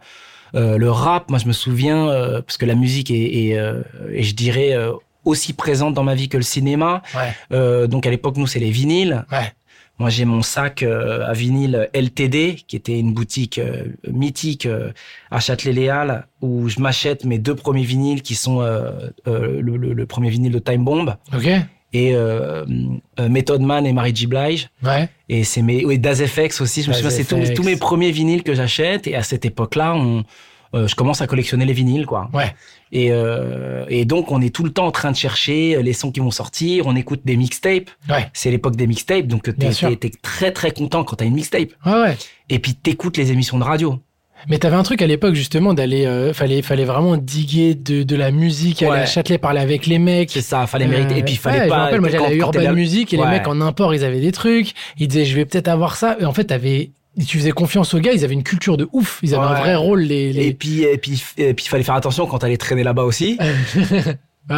euh, le rap. Moi, je me souviens, euh, parce que la musique est, est, euh, est, je dirais, euh, aussi présente dans ma vie que le cinéma.
Ouais.
Euh, donc, à l'époque, nous, c'est les vinyles.
Ouais.
Moi, j'ai mon sac euh, à vinyle LTD, qui était une boutique euh, mythique euh, à Châtelet-Léal, où je m'achète mes deux premiers vinyles, qui sont euh, euh, le, le- le premier vinyle de Time Bomb
Ok.
et euh, euh, Method Man et Mary G. Blige.
Ouais.
Et c'est mes, oui, Daz FX aussi. Je me
Daz
souviens, c'est tous-
FX.
tous mes premiers vinyles que j'achète. Et à cette époque-là, on, euh, je commence à collectionner les vinyles, quoi.
Ouais.
Et, euh, et donc, on est tout le temps en train de chercher euh, les sons qui vont sortir. On écoute des mixtapes.
Ouais.
C'est l'époque des mixtapes, donc t'es
Bien sûr.
t'es- t'es très très content quand t'as une mixtape.
Ouais, ouais.
Et puis t'écoutes les émissions de radio.
Mais t'avais un truc à l'époque justement d'aller, euh, fallait, fallait vraiment diguer de, de la musique, aller
Ouais.
à Châtelet parler avec les mecs.
C'est ça, fallait mériter.
Euh,
Et puis fallait
ouais, Je me
pas.
rappelle, moi j'allais à
quand- quand t'es
Urban
là-
Music et les
Ouais.
mecs en import, ils avaient des trucs. Ils disaient, je vais peut-être avoir ça. Et en fait, t'avais, tu faisais confiance aux gars, ils avaient une culture de ouf. Ils avaient
Ouais.
un vrai rôle. Les, les-
Et puis et puis et puis fallait faire attention quand t'allais traîner là-bas aussi.
Ah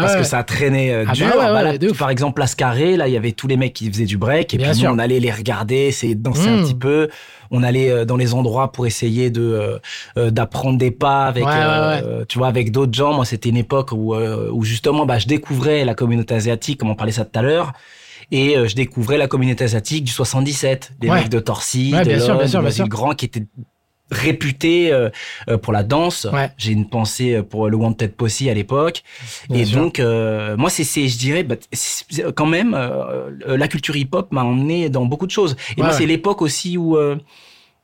Parce
ouais.
que ça traînait euh,
Ah bah
dur.
ouais,
Bah
ouais,
là,
ouais, de ouf.
par exemple, Place Carrée, là, il y avait tous les mecs qui faisaient du break. Et
Bien
puis, nous,
sûr.
on allait les regarder, essayer de danser un
Mm.
petit peu. On allait euh, dans les endroits pour essayer de euh, euh, d'apprendre des pas avec,
Ouais, ouais,
euh, tu vois, avec d'autres gens. Moi, c'était une époque où, euh, où justement, bah, je découvrais la communauté asiatique, comme on parlait ça tout à l'heure. Et euh, je découvrais la communauté asiatique du 77. Les
Ouais.
mecs de Torcy,
Ouais,
de
bien sûr,
Lod,
bien sûr,
de
bien sûr.
Grand, qui étaient réputés euh, euh, pour la danse.
Ouais.
J'ai une pensée euh, pour le Wanted Posse à l'époque.
Bien
et
sûr.
donc, euh, moi, c'est, c'est, je dirais, bah, c'est- quand même, euh, la culture hip-hop m'a emmené dans beaucoup de choses. Et
Ouais,
moi,
ouais.
c'est l'époque aussi où euh,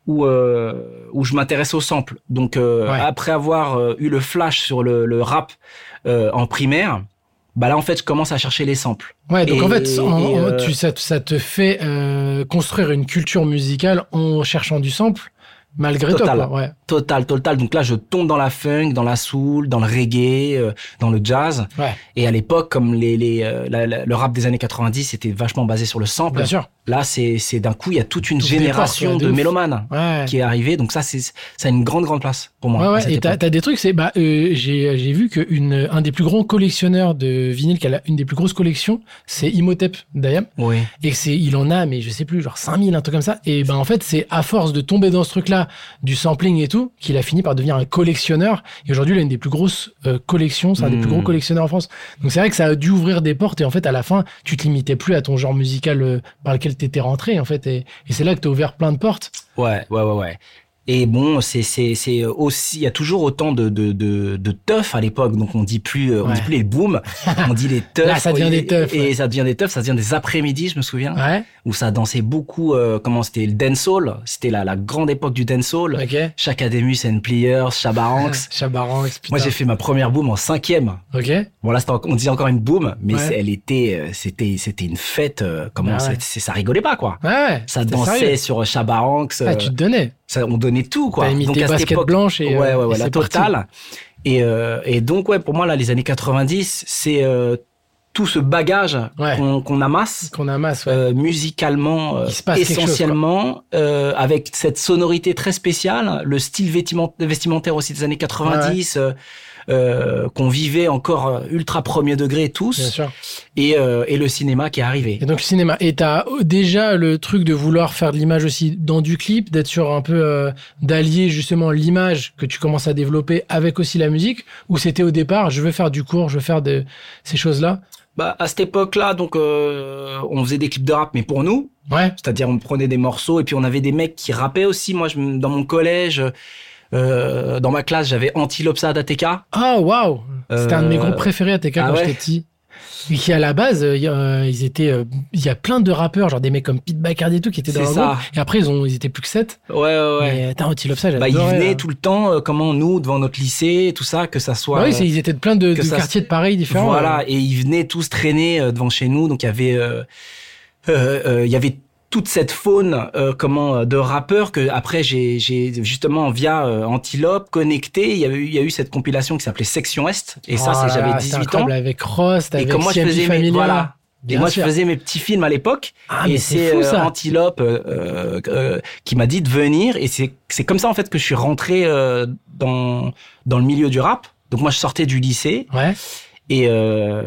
où euh, où je m'intéresse au sample. Donc, euh,
Ouais.
après avoir euh, eu le flash sur le, le rap euh, en primaire, bah là, en fait, je commence à chercher les samples.
Ouais, donc en
Et-
fait, en- en-
et, euh,
tu, ça, ça te fait euh, construire une culture musicale en cherchant du sample, malgré
Total.
toi. quoi. Ouais,
Total, total. Donc là, je tombe dans la funk, dans la soul, dans le reggae, euh, dans le jazz.
ouais,
Et à l'époque, comme les, les, euh, la- la- le rap des années 90 c'était vachement basé sur le sample,
bien sûr.
là, c'est c'est d'un coup, il y a toute une
Tout se
génération
décorse, ouais,
de
de ouf.
mélomanes
Ouais.
qui est arrivée. Donc ça, c'est ça a une grande, grande place pour moi.
Ouais,
à
ouais,
cette
et t'as
époque.
t'as des trucs, c'est bah euh, j'ai j'ai vu que une un des plus grands collectionneurs de vinyle, qui a la- une des plus grosses collections, c'est Imhotep Dayam,
Oui.
et que c'est il en a, mais je sais plus, genre 5000, un truc comme ça. Et ben en fait, c'est à force de tomber dans ce truc-là, du sampling et tout, qu'il a fini par devenir un collectionneur. Et aujourd'hui, il a une des plus grosses euh, collections, c'est un des plus
Mm.
gros collectionneurs en France. Donc c'est vrai que ça a dû ouvrir des portes, et en fait, à la fin, tu te limitais plus à ton genre musical euh, par lequel t'étais rentré, en fait, et, et c'est là que t'as ouvert plein de portes.
Ouais, ouais, ouais, ouais. Et bon, c'est c'est c'est aussi, il y a toujours autant de de de, de teufs à l'époque. Donc on dit plus, euh, on
Ouais.
dit plus les booms, on dit les teufs.
Là, ça devient
Et-
des teufs,
Et
ouais.
ça devient des teufs. Ça devient des après-midi, je me souviens,
Ouais.
où ça dansait beaucoup. euh, comment c'était le dancehall C'était la la grande époque du dancehall.
Ok.
Chakademus and Players, Shabaranx.
Chabaranx, putain.
Moi, j'ai fait ma première boom en cinquième.
Ok.
Bon, là, c'était en- on disait encore une boom, mais
Ouais.
c'est- elle était, euh, c'était, c'était une fête. euh, comment
Ah
c'est-
ouais.
c'est- ça rigolait pas quoi.
Ouais, Ouais,
Ça
c'était
dansait
sérieux.
sur euh, Shabaranx.
Ah, tu te donnais.
euh, ça, on donnait tout quoi.
T'as mis tes baskets blanches et. euh,
ouais, ouais, ouais,
et
la
c'est parti.
totale. Et, euh, et donc, ouais, pour moi, là, les années 90, c'est euh, tout ce bagage
Ouais.
qu'on qu'on amasse
Qu'on amasse, ouais.
euh, musicalement, euh,
Il se passe quelque chose, quoi.
essentiellement, euh, avec cette sonorité très spéciale, le style vêtiment- vestimentaire aussi des années 90, euh, euh, qu'on vivait encore euh, ultra premier
Bien
degré tous,
sûr.
et, euh, et le cinéma qui est arrivé.
Et donc, le cinéma. Et t'as euh, déjà le truc de vouloir faire de l'image aussi dans du clip, d'être sur un peu, euh, d'allier justement l'image que tu commences à développer avec aussi la musique, ou c'était au départ, je veux faire du cours, je veux faire de ces choses-là.
Bah, à cette époque-là, donc, euh, on faisait des clips de rap, mais pour nous,
Ouais.
C'est-à-dire, on prenait des morceaux et puis on avait des mecs qui rappaient aussi. Moi, je, me- dans mon collège, euh, dans ma classe, j'avais Antilopsa Adateka.
Ah, waouh! C'était un de mes
Euh,
groupes préférés à TK
ah
quand
ouais
j'étais petit. Et qui, à la base, euh, y- euh, ils étaient, euh, il y a plein de rappeurs, genre des mecs comme Pete Bacardi et tout, qui étaient dans
C'est
le
ça.
groupe. Et après, ils ont, ils étaient plus que sept.
Ouais, ouais, ouais.
Mais attends, Antilope, ça,
bah, ils
j'adorais,
venaient
hein.
tout le temps, euh, comment nous, devant notre lycée, tout ça, que ça soit.
Bah oui,
euh,
c'est- ils étaient de plein de,
que
de
ça
quartiers de Paris différents. hein.
Voilà, et ils venaient tous traîner euh, devant chez nous. Donc il y avait, euh, euh, euh, il y avait toute cette faune, euh, comment, euh, de rappeurs que après j'ai, j'ai justement via euh, Antilope connecté. Il y a eu, il y a eu cette compilation qui s'appelait Section Est. Et ça,
Oh
c'est,
là
j'avais
là, c'était
18 ans.
incroyable, Avec Ross,
Et
avec
comme moi je
CMP
faisais mes,
Familia.
voilà. Et
Bien
moi
sûr.
je faisais mes petits films à l'époque.
Ah,
et
mais
c'est
c'est fou,
euh,
ça.
Antilope euh, euh, euh, qui m'a dit de venir et c'est c'est comme ça en fait que je suis rentré euh, dans dans le milieu du rap. Donc moi je sortais du lycée
Ouais.
et euh,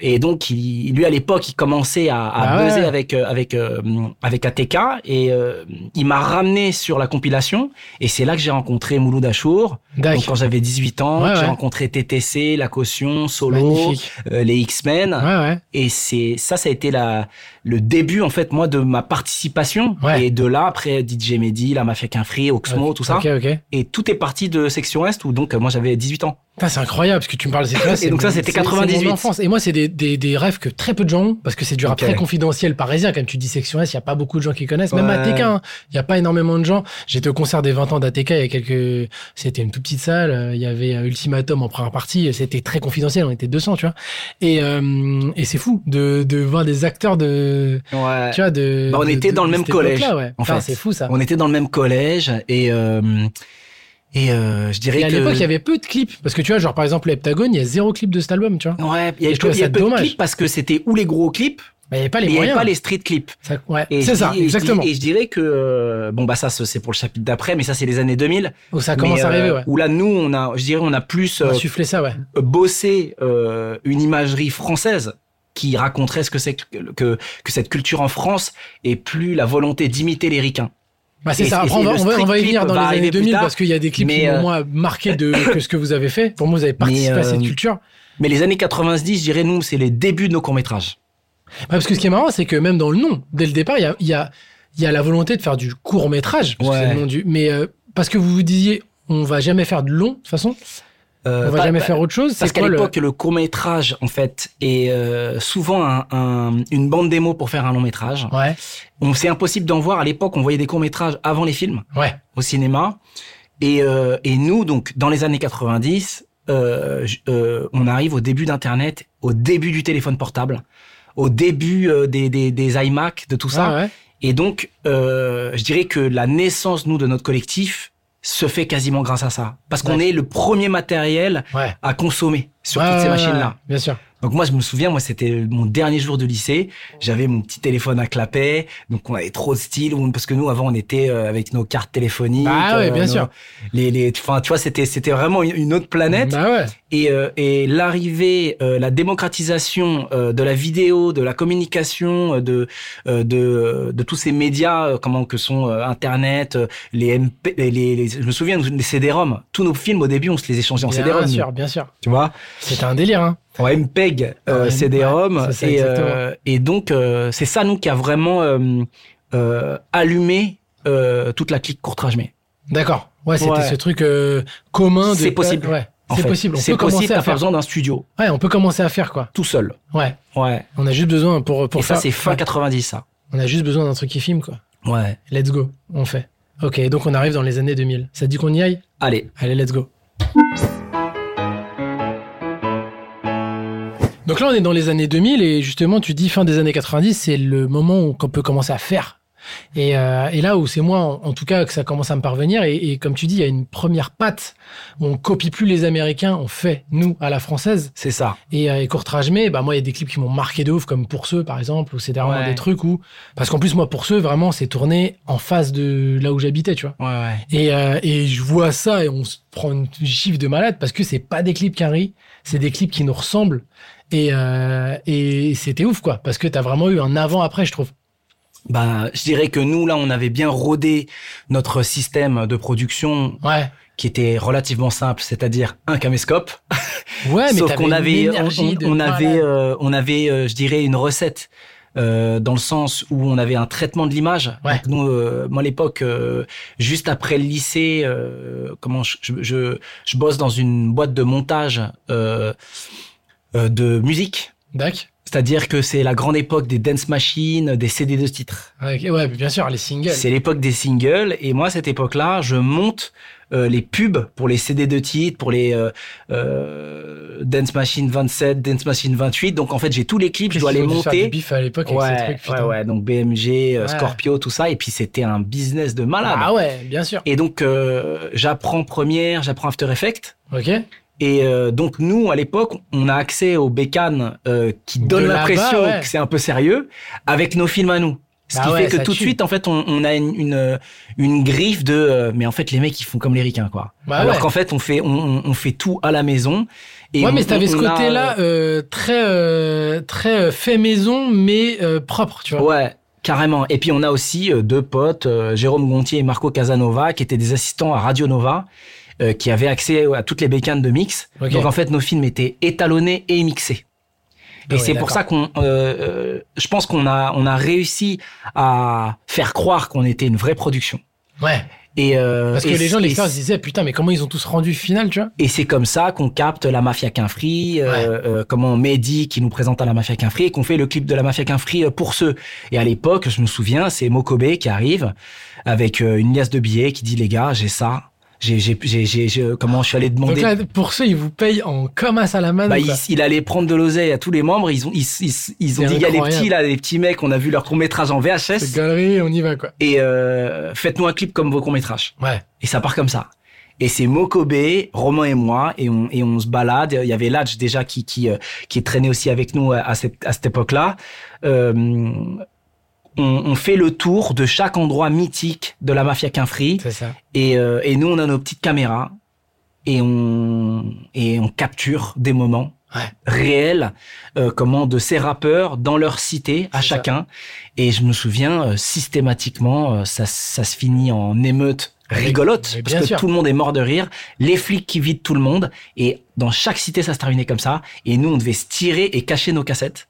et donc il, lui à l'époque il commençait à, à
Bah ouais.
buzzer avec euh, avec euh, avec ATK et euh, il m'a ramené sur la compilation et c'est là que j'ai rencontré Mouloud Achour. Donc
D'accord.
quand j'avais 18 ans,
Ouais,
j'ai
ouais.
rencontré TTC, La Caution, Solo,
Magnifique.
euh, les X-Men.
Ouais, ouais.
Et c'est ça, ça a été la, le début en fait moi de ma participation.
Ouais.
Et de là après DJ Mehdi, la Mafia Free, Oxmo, tout ça.
Ok, ok.
Et tout est parti de Section Est où donc euh, moi j'avais 18 ans.
Putain, c'est incroyable parce que tu me parles de ces classes.
Et donc
c'est
ça,
mon-
c'était
c'est- c'est mon
98.
enfance. Et moi, c'est des, des, des rêves que très peu de gens ont parce que c'est du rap
Ok.
très confidentiel parisien. Comme tu dis, section S, il n'y a pas beaucoup de gens qui connaissent. Même
Ouais.
ATK, hein, il n'y a pas énormément de gens. J'étais au concert des 20 ans d'ATK il y a quelques. C'était une toute petite salle. euh, Il y avait euh, Ultimatum en première partie. euh, C'était très confidentiel. On était 200, tu vois. Et, euh, et c'est fou de, de voir des acteurs de.
Ouais.
Tu vois, de.
Bah, on
de-
était
de-
dans le
de
même
cette époque-là,
collège,
ouais.
en
Putain,
fait.
c'est fou ça.
On était dans le même collège et euh, et euh, je dirais
Et à
que
l'époque, il y avait peu de clips. Parce que tu vois, genre, par exemple, Heptagone, il y a zéro clip de cet album, tu vois.
Ouais, il y
Et
avait
je
peu,
trouvais
il y a
ça
peu de
dommage.
clips parce que c'était ou les gros clips,
Bah, il n'y avait pas les
mais il n'y avait
moyens.
pas les street clips.
Ça- ouais,
Et je
c'est ça,
dis- et je dis-
exactement.
Et je dirais que, euh, bon, bah ça, ce- c'est pour le chapitre d'après, mais ça, c'est les années 2000.
Où ça commence
Mais,
à arriver,
euh,
ouais.
Où là, nous, on a, je dirais, on a plus
On
euh,
a soufflé ça, ouais.
bossé euh, une imagerie française qui raconterait ce que c'est que, que, que cette culture en France et plus la volonté d'imiter les ricains.
Bah, c'est
et-
ça.
et-
Après, on
et
va,
le
on va- on va y
strict
venir
clip
dans
va
les années
arriver plus
2000
tard,
parce qu'il y a des clips
mais,
qui
euh,
m'ont moins marqué de que ce que vous avez fait. Pour moi, vous avez participé à
euh,
cette culture.
Mais les années 90, je dirais, nous, c'est les débuts de nos courts-métrages.
Bah, parce que ce qui est marrant, c'est que même dans le nom, dès le départ, il y a, il y a, il y a la volonté de faire du court métrage. parce que
Ouais.
c'est le nom du- Mais euh, parce que vous vous disiez, on va jamais faire de long, de toute façon.
Euh,
on va
pas-
jamais
pas-
faire autre chose.
Parce
C'est
qu'à
quoi le.
l'époque, le court métrage, en fait, est euh, souvent un- un- une bande démo pour faire un long métrage.
Ouais,
On c'est impossible d'en voir. À l'époque, on voyait des courts métrages avant les films
ouais.
au cinéma. Et, euh, et nous, donc, dans les années 90, euh, j- euh, on arrive au début d'Internet, au début du téléphone portable, au début euh, des, des, des iMac, de tout ça.
Ah, ouais.
Et donc, euh, je dirais que la naissance, nous, de notre collectif, se fait quasiment grâce à ça. Parce qu'on
Ouais.
est le premier matériel
Ouais.
à consommer sur
Ouais,
toutes ces
ouais, ouais,
machines-là.
ouais, Bien sûr.
Donc moi, je me souviens, moi, c'était mon dernier jour de lycée. J'avais mon petit téléphone à clapet. Donc on avait trop de style. on- Parce que nous, avant, on était euh, avec nos cartes téléphoniques. euh,
Ah ouais, bien
nos-
sûr.
Les, les, enfin, tu vois, c'était, c'était vraiment une- une autre planète.
Bah ouais.
Et, euh, et l'arrivée, euh, la démocratisation euh, de la vidéo, de la communication, euh, de, euh, de, de tous ces médias, euh, comment que sont euh, Internet, euh, les MP, les, les- les- je me souviens des CD-ROM. Tous nos films au début, on se les échangeait en CD-ROM.
Bien
nous,
sûr, bien sûr.
Tu vois
C'était un délire, hein.
en MPEG, euh,
E Ouais,
CD-ROM.
ouais, c'est ça,
et,
exactement.
euh, et donc, euh, c'est ça, nous, qui a vraiment euh, euh, allumé euh, toute la clique courtrage mais
D'accord. Ouais, c'était
Ouais.
ce truc euh, commun. de-
C'est possible.
Ouais.
en
C'est
fait.
possible. On
C'est
peut
possible,
commencer
t'as
à
pas
faire.
besoin d'un studio,
Ouais, on peut commencer à faire quoi.
tout seul.
Ouais.
Ouais.
On a juste besoin pour pour
et
faire.
ça, c'est fin
ouais.
90, ça.
On a juste besoin d'un truc qui filme quoi.
Ouais.
Let's go. On fait. Ok. Donc on arrive dans les années 2000. Ça te dit qu'on y aille
Allez.
Allez, let's go. Donc là, on est dans les années 2000 et justement, tu dis fin des années 90, c'est le moment où on peut commencer à faire. Et, euh, et là où c'est moi, en, en tout cas, que ça commence à me parvenir. Et, et comme tu dis, il y a une première patte où on copie plus les Américains, on fait nous à la française.
C'est ça.
Et, euh, et Courtrage May, bah moi, il y a des clips qui m'ont marqué de ouf, comme Pour ceux, par exemple, où c'est vraiment
Ouais.
des trucs où, parce qu'en plus, moi, Pour ceux, vraiment, c'est tourné en face de là où j'habitais, tu vois.
Ouais, ouais.
Et, euh, et je vois ça et on se prend une chiffre de malade parce que c'est pas des clips qu'un rit, c'est des clips qui nous ressemblent. Et, euh, et c'était ouf, quoi, parce que t'as vraiment eu un avant-après, je trouve.
Bah, je dirais que nous, là, on avait bien rodé notre système de production
Ouais.
qui était relativement simple, c'est-à-dire un caméscope.
Ouais, mais
Sauf
t'avais
qu'on
une
avait, on,
énergie de
on- on
malade.
avait, euh, on avait, euh, je dirais, une recette. euh, dans le sens où on avait un traitement de l'image.
Ouais.
Donc, nous, euh, moi, à l'époque, euh, juste après le lycée, euh, comment je, je, je, je bosse dans une boîte de montage euh, euh, de musique.
Dac.
C'est-à-dire que c'est la grande époque des dance machines, des CD de titres.
Ouais, ok, ouais, mais bien sûr, les singles.
C'est l'époque des singles. Et moi, à cette époque-là, je monte euh, les pubs pour les CD de titres, pour les euh, euh, Dance Machine 27, Dance Machine 28. Donc, en fait, j'ai tous les clips, je
Qu'est-ce
dois
qu'ils
les
ont dû faire du
monter.
bif à l'époque avec ces
Ouais,
trucs,
ouais,
putain.
ouais. Donc, BMG, euh,
Ouais.
Scorpio, tout ça. Et puis, c'était un business de malade.
Ah ouais, bien sûr.
Et donc, euh, j'apprends Première, j'apprends After Effects.
Ok.
Et euh, donc, nous, à l'époque, on a accès aux bécanes euh, qui
De
donnent
là-bas,
l'impression
ouais.
que c'est un peu sérieux avec nos films à nous. Ce
Bah
qui
ouais,
fait que
ça
tout de
tue.
suite, en fait, on, on a une, une, une griffe de. euh, mais en fait, les mecs, ils font comme les ricains, quoi.
Bah
Alors
ouais.
qu'en fait, on fait, on, on- on fait tout à la maison. Et
ouais,
on-
mais t'avais ce
on a,
côté-là euh, très euh, très euh, fait maison, mais euh, propre, tu
euh,
vois.
Ouais, carrément. Et puis, on a aussi euh, deux potes, euh, Jérôme Gontier et Marco Casanova, qui étaient des assistants à Radio Nova, euh, qui avaient accès à toutes les bécanes de mix.
Ok.
Donc, en fait, nos films étaient étalonnés et mixés.
Ah
Et
ouais,
c'est pour
d'accord.
ça qu'on, euh, euh, je pense qu'on a, on a réussi à faire croire qu'on était une vraie production.
Ouais.
Et, euh,
Parce que
et-
les gens, les
et-
stars, ils se disaient, putain, mais comment ils ont tous rendu final, tu vois
Et c'est comme ça qu'on capte la mafia qu'un free, euh, euh, comment Mehdi qui nous présente à la mafia qu'un free et qu'on fait le clip de la mafia qu'un free euh, pour ceux. Et à l'époque, je me souviens, c'est Mokobe qui arrive avec euh, une liasse de billets qui dit les gars, j'ai ça, j'ai j'ai j'ai j'ai- j'ai- comment je suis allé demander.
Donc là, pour ceux, ils vous payent en comme à Salaman.
Bah,
quoi.
il, il allait prendre de l'oseille à tous les membres. Ils ont, ils, ils, ils ont
C'est
dit, il y a les
incroyable.
petits, là, les petits mecs, on a vu leur court métrage en
Cette
VHS.
galerie, on y va, quoi.
Et euh, faites-nous un clip comme vos courts métrages.
Ouais.
Et ça part comme ça. Et c'est Mokobé, Romain et moi, et on, et on se balade. Il y avait Ladj déjà qui, qui, euh, qui traînait aussi avec nous euh, à, à cette, à cette époque-là. Euh, on, on fait le tour de chaque endroit mythique de la mafia Quinfri.
C'est ça.
Et, euh, et nous, on a nos petites caméras. Et on, et on capture des moments
Ouais.
réels, euh, comment de ces rappeurs dans leur cité à
C'est ça.
chacun. Et je me souviens euh, systématiquement, euh, ça, ça se finit en émeute rigolote
Ah Mais bien
parce que
sûr.
tout le monde est mort de rire, les flics qui vident tout le monde. Et dans chaque cité, ça se terminait comme ça. Et nous, on devait se tirer et cacher nos cassettes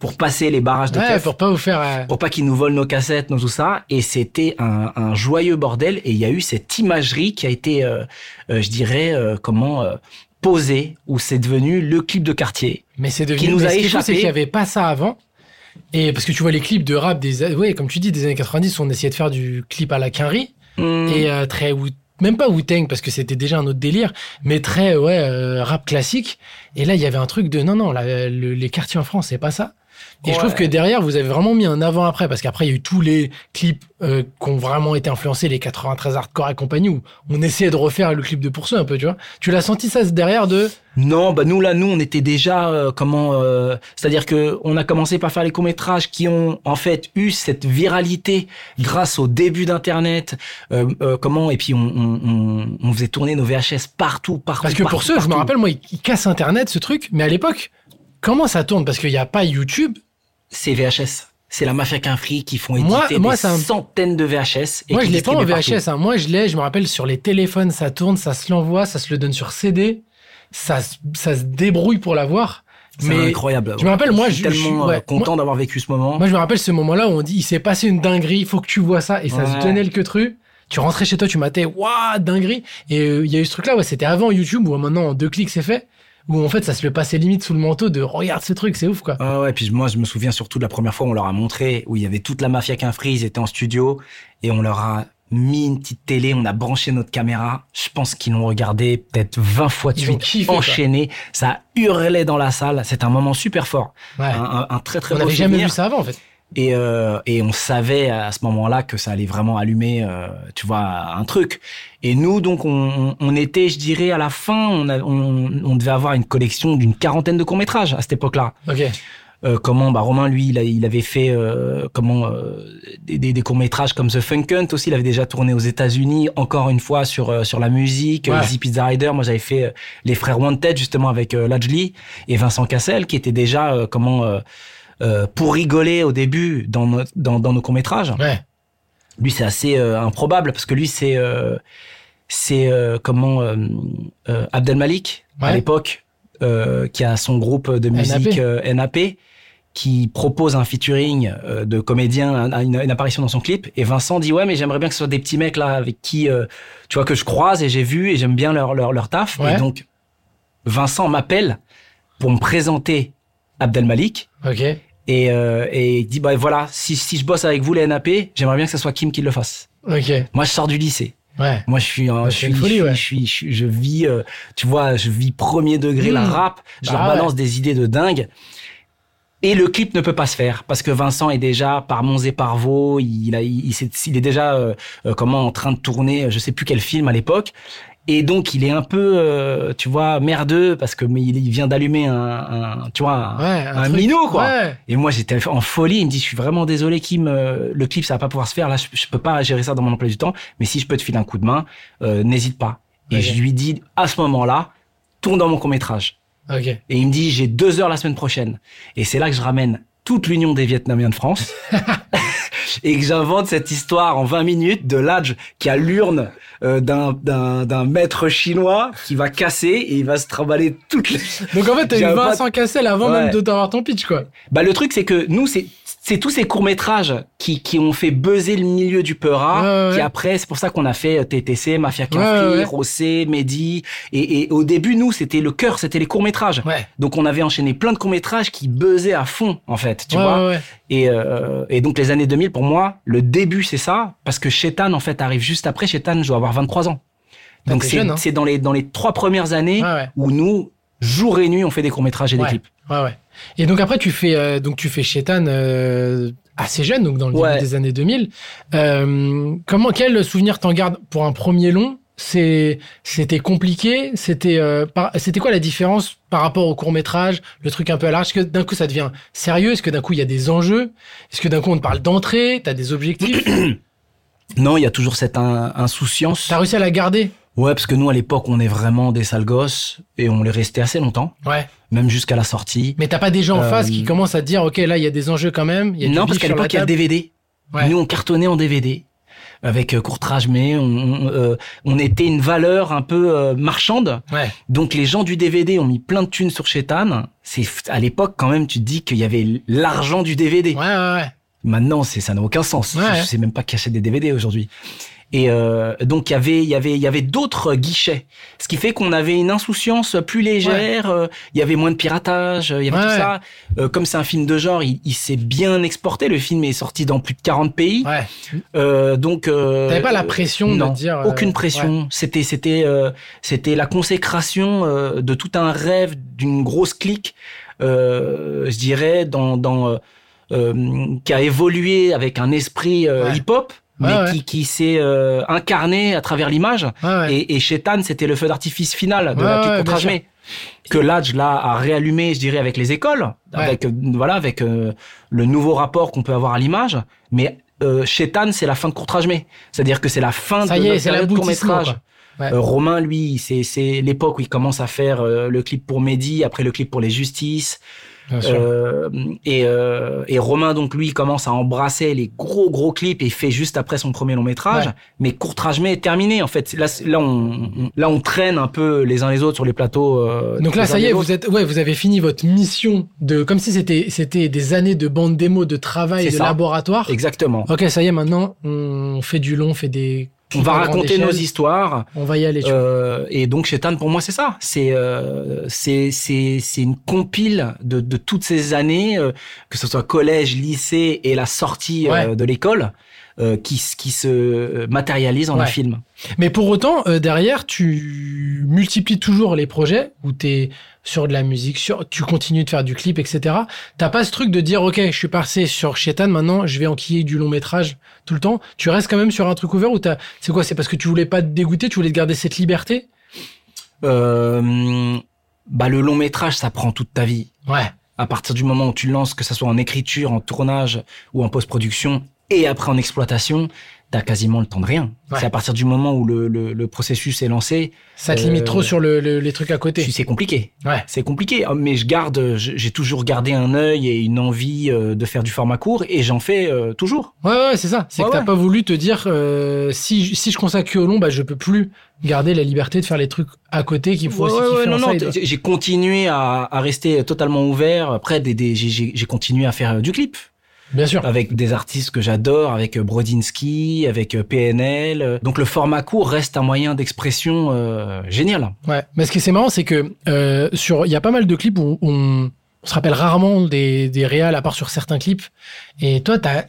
pour passer les barrages de
Ouais,
keuf
pour pas vous faire. euh,
pour pas qu'ils nous volent nos cassettes, nos tout ça. Et c'était un, un joyeux bordel. Et il y a eu cette imagerie qui a été, euh, euh, je dirais, euh, comment euh, posée, où c'est devenu le clip de quartier.
Mais c'est devenu.
Qui nous
mais
a
ce est fou,
échappé.
C'est qu'il n'y avait pas ça avant. Et parce que tu vois les clips de rap des. Ouais, comme tu dis, des années 90, on essayait de faire du clip à la quinrie.
Et
Et euh, très. Wu- Même pas Wu-Tang, parce que c'était déjà un autre délire. Mais très, ouais, euh, rap classique. Et là, il y avait un truc de. Non, non, la- le- les quartiers en France, c'est pas ça. Et je trouve
Ouais.
que derrière, vous avez vraiment mis un avant-après, parce qu'après, il y a eu tous les clips euh, qui ont vraiment été influencés, les 93 hardcore et compagnie, où on essayait de refaire le clip de Pour ceux un peu, tu vois. Tu l'as senti ça derrière de.
non, bah nous là, nous on était déjà euh, comment, euh, c'est-à-dire que on a commencé par faire les courts métrages qui ont en fait eu cette viralité grâce au début d'Internet. euh, euh, comment et puis on, on, on- on faisait tourner nos VHS partout, partout.
Parce que pour
partout,
ceux, je me
partout.
rappelle, moi, ils ils cassent Internet, ce truc, mais à l'époque, comment ça tourne Parce qu'il n'y a pas YouTube.
c'est VHS. C'est la mafia qu'un fric qui font éditer
Moi- moi,
des
c'est un-
centaines de VHS. Et
Moi,
qui
je l'ai pas en
distribuent partout.
VHS. hein. Moi, je l'ai, je me rappelle, sur les téléphones, ça tourne, ça se l'envoie, ça se le donne sur CD, ça, se- ça se débrouille pour l'avoir.
C'est
Mais
incroyable.
je me rappelle, moi,
je suis
je- je suis-
tellement euh,
ouais.
content d'avoir vécu ce moment.
Moi, je me rappelle ce moment-là où on dit, il s'est passé une dinguerie, il faut que tu vois ça. Et ça
Ouais.
se donnait le que tru. Tu rentrais chez toi, tu matais, waouh, dinguerie. Et euh, il y a eu ce truc-là, ouais, c'était avant YouTube, où maintenant, en deux clics, c'est fait. Où en fait, ça se le passait limite sous le manteau de, regarde ce truc, c'est ouf, quoi.
Ah ouais, puis moi, je me souviens surtout de la première fois où on leur a montré, où il y avait toute la mafia qu'un fric, ils étaient en studio, et on leur a mis une petite télé, on a branché notre caméra. Je pense qu'ils l'ont regardé peut-être 20 fois de
Ils ont
suite,
kiffé, quoi.
enchaîné. Ça hurlait dans la salle. C'est un moment super fort.
Ouais.
Un, un- un très, Ah, très
on
beau
n'avait jamais
souvenir.
vu ça avant, en fait.
Et, euh, et on savait à ce moment-là que ça allait vraiment allumer, euh, tu vois, un truc. Et nous, donc, on, on- on était, je dirais, à la fin, on, a- on, on devait avoir une collection d'une quarantaine de courts-métrages à cette époque-là.
Ok.
Euh, comment bah, Romain, lui, il, a- il avait fait euh, comment euh, des, des- des courts-métrages comme The Funk Hunt aussi. Il avait déjà tourné aux États-Unis, encore une fois, sur, euh, sur la musique,
Ouais.
euh, Easy Pizza Rider. Moi, j'avais fait euh, Les Frères Wanted, justement, avec euh, Ladj Lee et Vincent Cassel, qui étaient déjà, euh, comment... euh, euh, pour rigoler au début dans, notre- dans, dans nos courts-métrages.
Ouais.
Lui, c'est assez euh, improbable parce que lui, c'est euh, c'est euh, comment euh, euh, Abdelmalik à
Ouais.
l'époque euh, qui a son groupe de musique euh, NAP qui propose un featuring euh, de comédien un- un- une, une apparition dans son clip et Vincent dit ouais mais j'aimerais bien que ce soit des petits mecs là avec qui euh, tu vois que je croise et j'ai vu et j'aime bien leur leur, leur taf
Ouais.
et donc Vincent m'appelle pour me présenter Abdelmalik
Ok.
et, euh, et il dit bah voilà si, si je bosse avec vous les NAP j'aimerais bien que ce soit Kim qui le fasse
Ok.
moi je sors du lycée
Ouais.
moi je suis un-
Ouais,
je
c'est
suis,
une folie,
je, suis-
ouais.
je suis- je suis- je vis euh, tu vois je vis premier degré la
Mmh.
rap je
Bah
leur
ouais.
balance des idées de dingue et le clip ne peut pas se faire parce que Vincent est déjà par Mons et par Vaux, il, a, il, il s'est- il est déjà euh, euh, comment en train de tourner, euh, je sais plus quel film à l'époque, et donc il est un peu, euh, tu vois, merdeux parce que mais il, il vient d'allumer un, un- tu vois, un-
Ouais.
un
truc-
minot, quoi.
Ouais.
et moi, j'étais en folie. Il me dit, je suis vraiment désolé, Kim, euh, le clip, ça va pas pouvoir se faire. Là, je, je peux pas gérer ça dans mon emploi du temps. Mais si je peux te filer un coup de main, euh, n'hésite pas. Et
Ok.
je lui dis, à ce moment-là, tourne dans mon court-métrage.
Ok.
Et il me dit, j'ai deux heures la semaine prochaine. Et c'est là que je ramène toute l'Union des Vietnamiens de France. et que j'invente cette histoire en 20 minutes de l'âge qui a l'urne euh, d'un- d'un d'un maître chinois qui va casser et il va se trimballer toutes les...
Donc en fait, t'as
J'ai
eu
un pote-
Vincent Cassel avant
Ouais.
même de t'avoir ton pitch, quoi.
Bah, le truc, c'est que nous, c'est c'est tous ces courts-métrages qui, qui ont fait buzzer le milieu du Peura,
Ouais, ouais,
qui
ouais.
après, c'est pour ça qu'on a fait euh, TTC, Mafia Café,
Ouais, ouais, ouais.
Rossé, Mehdi. Et, et au début, nous, c'était le cœur, c'était les courts-métrages.
Ouais.
Donc on avait enchaîné plein de courts-métrages qui buzzaient à fond, en fait, tu
ouais,
vois.
ouais, ouais.
Et, euh, et donc les années 2000, pour moi, le début, c'est ça, parce que Shetan, en fait, arrive juste après. Shetan, je dois avoir 23 ans.
Bah,
Donc
t'es
c'est
jeune, hein.
c'est dans, les, dans les trois premières années
Ouais, ouais.
où nous, jour et nuit, on fait des courts-métrages et des
Ouais.
clips.
Ouais, ouais. Et donc après, tu fais, euh, donc tu fais Shetan euh, assez jeune, donc dans le
Ouais.
début des années 2000. Euh, comment, quel souvenir t'en gardes pour un premier long C'est, c'était compliqué. C'était, euh, par- c'était quoi la différence par rapport au court métrage, le truc un peu à large Est-ce que d'un coup ça devient sérieux Est-ce que d'un coup il y a des enjeux Est-ce que d'un coup on te parle d'entrée T'as des objectifs
Non, il y a toujours cette in- insouciance.
T'as réussi à la garder
Ouais, parce que nous, à l'époque, on est vraiment des sales gosses et on les restait assez longtemps,
Ouais.
même jusqu'à la sortie.
Mais t'as pas des gens en
Euh,
face qui commencent à te dire, ok, là il y a des enjeux quand même. il Y a du
non,
bif
parce qu'à
sur la
l'époque, il y a le
table.
DVD.
Ouais.
Nous, on cartonnait en DVD. Avec euh, Courtrage, mais on, on, euh, on était une valeur un peu euh, marchande.
Ouais.
Donc, les gens du DVD ont mis plein de thunes sur Shetan. C'est à l'époque, quand même, tu te dis qu'il y avait l'argent du DVD.
Ouais, ouais, ouais.
Maintenant, c'est ça n'a aucun sens.
Ouais.
Je sais même pas qui achète des DVD aujourd'hui. Et euh, donc il y avait il y avait il y avait d'autres guichets, ce qui fait qu'on avait une insouciance plus légère. euh, Il y avait moins de piratage. euh, Il y avait
Ouais.
tout ça. Euh, comme c'est un film de genre, il, il s'est bien exporté. Le film est sorti dans plus de 40 pays.
ouais.
Euh, donc euh,
T'avais pas la pression
non,
de dire. euh,
aucune pression. C'était c'était euh, c'était la consécration euh, de tout un rêve d'une grosse clique, euh, je dirais, dans dans euh, euh, qui a évolué avec un esprit euh,
Ouais.
hip-hop, mais
Ouais, ouais.
qui, qui s'est euh, incarné à travers l'image.
Ouais, ouais.
Et, et Shetan, c'était le feu d'artifice final de
Ouais,
la
ouais,
pique contre
bien sûr.
Ajmer, que l'Adj là a réallumé, je dirais, avec les écoles,
Ouais.
avec euh, voilà, avec euh, le nouveau rapport qu'on peut avoir à l'image, mais euh, Shetan, c'est la fin de Courtrajmé. C'est-à-dire que c'est la fin
Ça
de
y est,
notre
c'est
période
l'aboutissement,
court-métrage.
quoi. Ouais.
Euh, Romain, lui, c'est c'est l'époque où il commence à faire euh, le clip pour Mehdi, après le clip pour les Justices,
Bien sûr.
euh, et, euh, et Romain, donc lui, commence à embrasser les gros gros clips et il fait juste après son premier long métrage.
Ouais.
Mais courtrage mais est terminé en fait. Là, c'est- là on, on- là, on traîne un peu les uns les autres sur les plateaux. euh,
Donc là,
les uns
ça y
des
est,
autres.
vous êtes, ouais, vous avez fini votre mission de, comme si c'était, c'était des années de bande démo, de travail,
C'est
de
ça.
laboratoire.
exactement.
Ok, ça y est, maintenant, on fait du long, on fait des.
On va
à grande
raconter nos
échelle.
histoires.
On va y aller. tu vois.
Euh, et donc Shetan, pour moi, c'est ça. C'est euh, c'est c'est c'est une compile de, de toutes ces années, euh, que ce soit collège, lycée et la sortie
Ouais.
euh, de l'école, euh, qui s- qui se euh, matérialise en un
Ouais.
film.
Mais pour autant, euh, derrière, tu multiplies toujours les projets où t'es sur de la musique, sur, tu continues de faire du clip, etc. T'as pas ce truc de dire, ok, je suis passé sur Shetan, maintenant, je vais enquiller du long métrage tout le temps. Tu restes quand même sur un truc ouvert où t'as, c'est quoi, c'est parce que tu voulais pas te dégoûter, tu voulais te garder cette liberté?
Euh, bah, le long métrage, ça prend toute ta vie.
Ouais.
À partir du moment où tu le lances, que ça soit en écriture, en tournage ou en post-production, et après en exploitation, t'as quasiment le temps de rien.
Ouais.
C'est à partir du moment où le, le, le processus est lancé,
Ça te
Euh,
limite trop sur le- le- les trucs à côté.
tu- c'est compliqué.
Ouais.
C'est compliqué. Ah, Mais je garde, je- j'ai toujours gardé un œil et une envie euh, de faire du format court, et j'en fais euh, toujours.
Ouais, ouais, c'est ça. C'est
Ouais,
que t'as
ouais.
pas voulu te dire euh, si je- si je consacre que au long, bah je peux plus garder la liberté de faire les trucs à côté qui me font
Ouais,
aussi
ouais, ouais,
kiffer en
non, non,
side.
t- j'ai j'ai continué à, à rester totalement ouvert. Après, des, des- j'ai- j'ai j'ai continué à faire euh, du clip.
Bien sûr.
avec des artistes que j'adore, avec euh, Brodinski, avec euh, PNL. euh. Donc le format court reste un moyen d'expression euh, génial.
Ouais. Mais ce qui est marrant, c'est que euh, sur il y a pas mal de clips où on, on se rappelle rarement des des réals à part sur certains clips. Et toi, t'as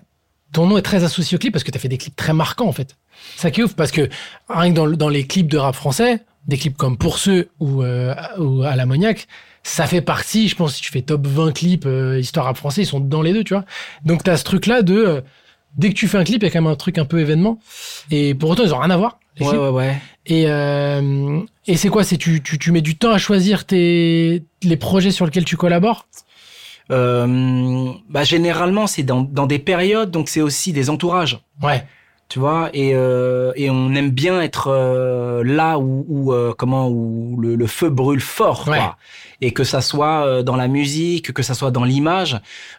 ton nom est très associé au clip parce que t'as fait des clips très marquants en fait. Ça qui est ouf parce que rien que dans, le- dans les clips de rap français, des clips comme Pour ceux ou, euh, ou à l'ammoniac, ça fait partie, je pense, si tu fais top 20 clips euh, histoire rap français, ils sont dans les deux, tu vois. Donc t'as ce truc-là de, euh, dès que tu fais un clip, il y a quand même un truc un peu événement. Et pour autant, ils ont rien à voir. les clips.
ouais, ouais.
Et, euh, et c'est quoi C'est tu, tu, tu mets du temps à choisir tes, les projets sur lesquels tu collabores
Euh, bah, généralement, c'est dans, dans des périodes, donc c'est aussi des entourages.
Ouais.
tu vois et, euh, et on aime bien être euh, là où, où, euh, comment où le, le feu brûle fort
Ouais.
quoi et que ça soit euh, dans la musique que ça soit dans l'image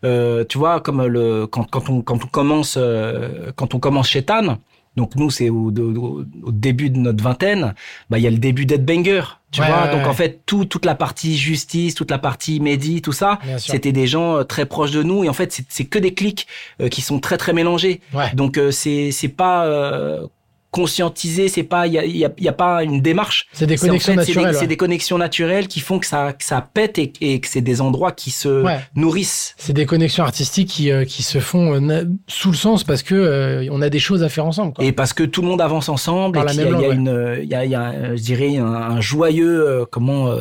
Euh, tu vois comme le quand, quand on quand on commence euh, quand on commence chez Tan donc nous c'est au, au- au début de notre vingtaine bah il y a le début d'Headbanger tu
Ouais,
vois
ouais,
donc
ouais.
en fait tout toute la partie justice toute la partie médi tout ça
Bien sûr.
c'était des gens euh, très proches de nous et en fait c'est- c'est que des clics euh, qui sont très très mélangés
Ouais.
donc euh, c'est c'est pas euh, conscientisé, c'est pas il y a, il y a- il y a pas une démarche.
C'est des
C'est en
connexions
fait, c'est des-
naturelles.
C'est
ouais.
des connexions naturelles qui font que ça que ça pète et, et que c'est des endroits qui se
Ouais.
nourrissent.
C'est des connexions artistiques qui, euh, qui se font euh, na- sous le sens parce que euh, on a des choses à faire ensemble. Quoi.
Et parce que tout le monde avance ensemble,
Par
et
la
qu'il y a,
même
il y a
langue,
une, euh, il y a, il y a, euh, je dirais, un, un joyeux euh, comment euh,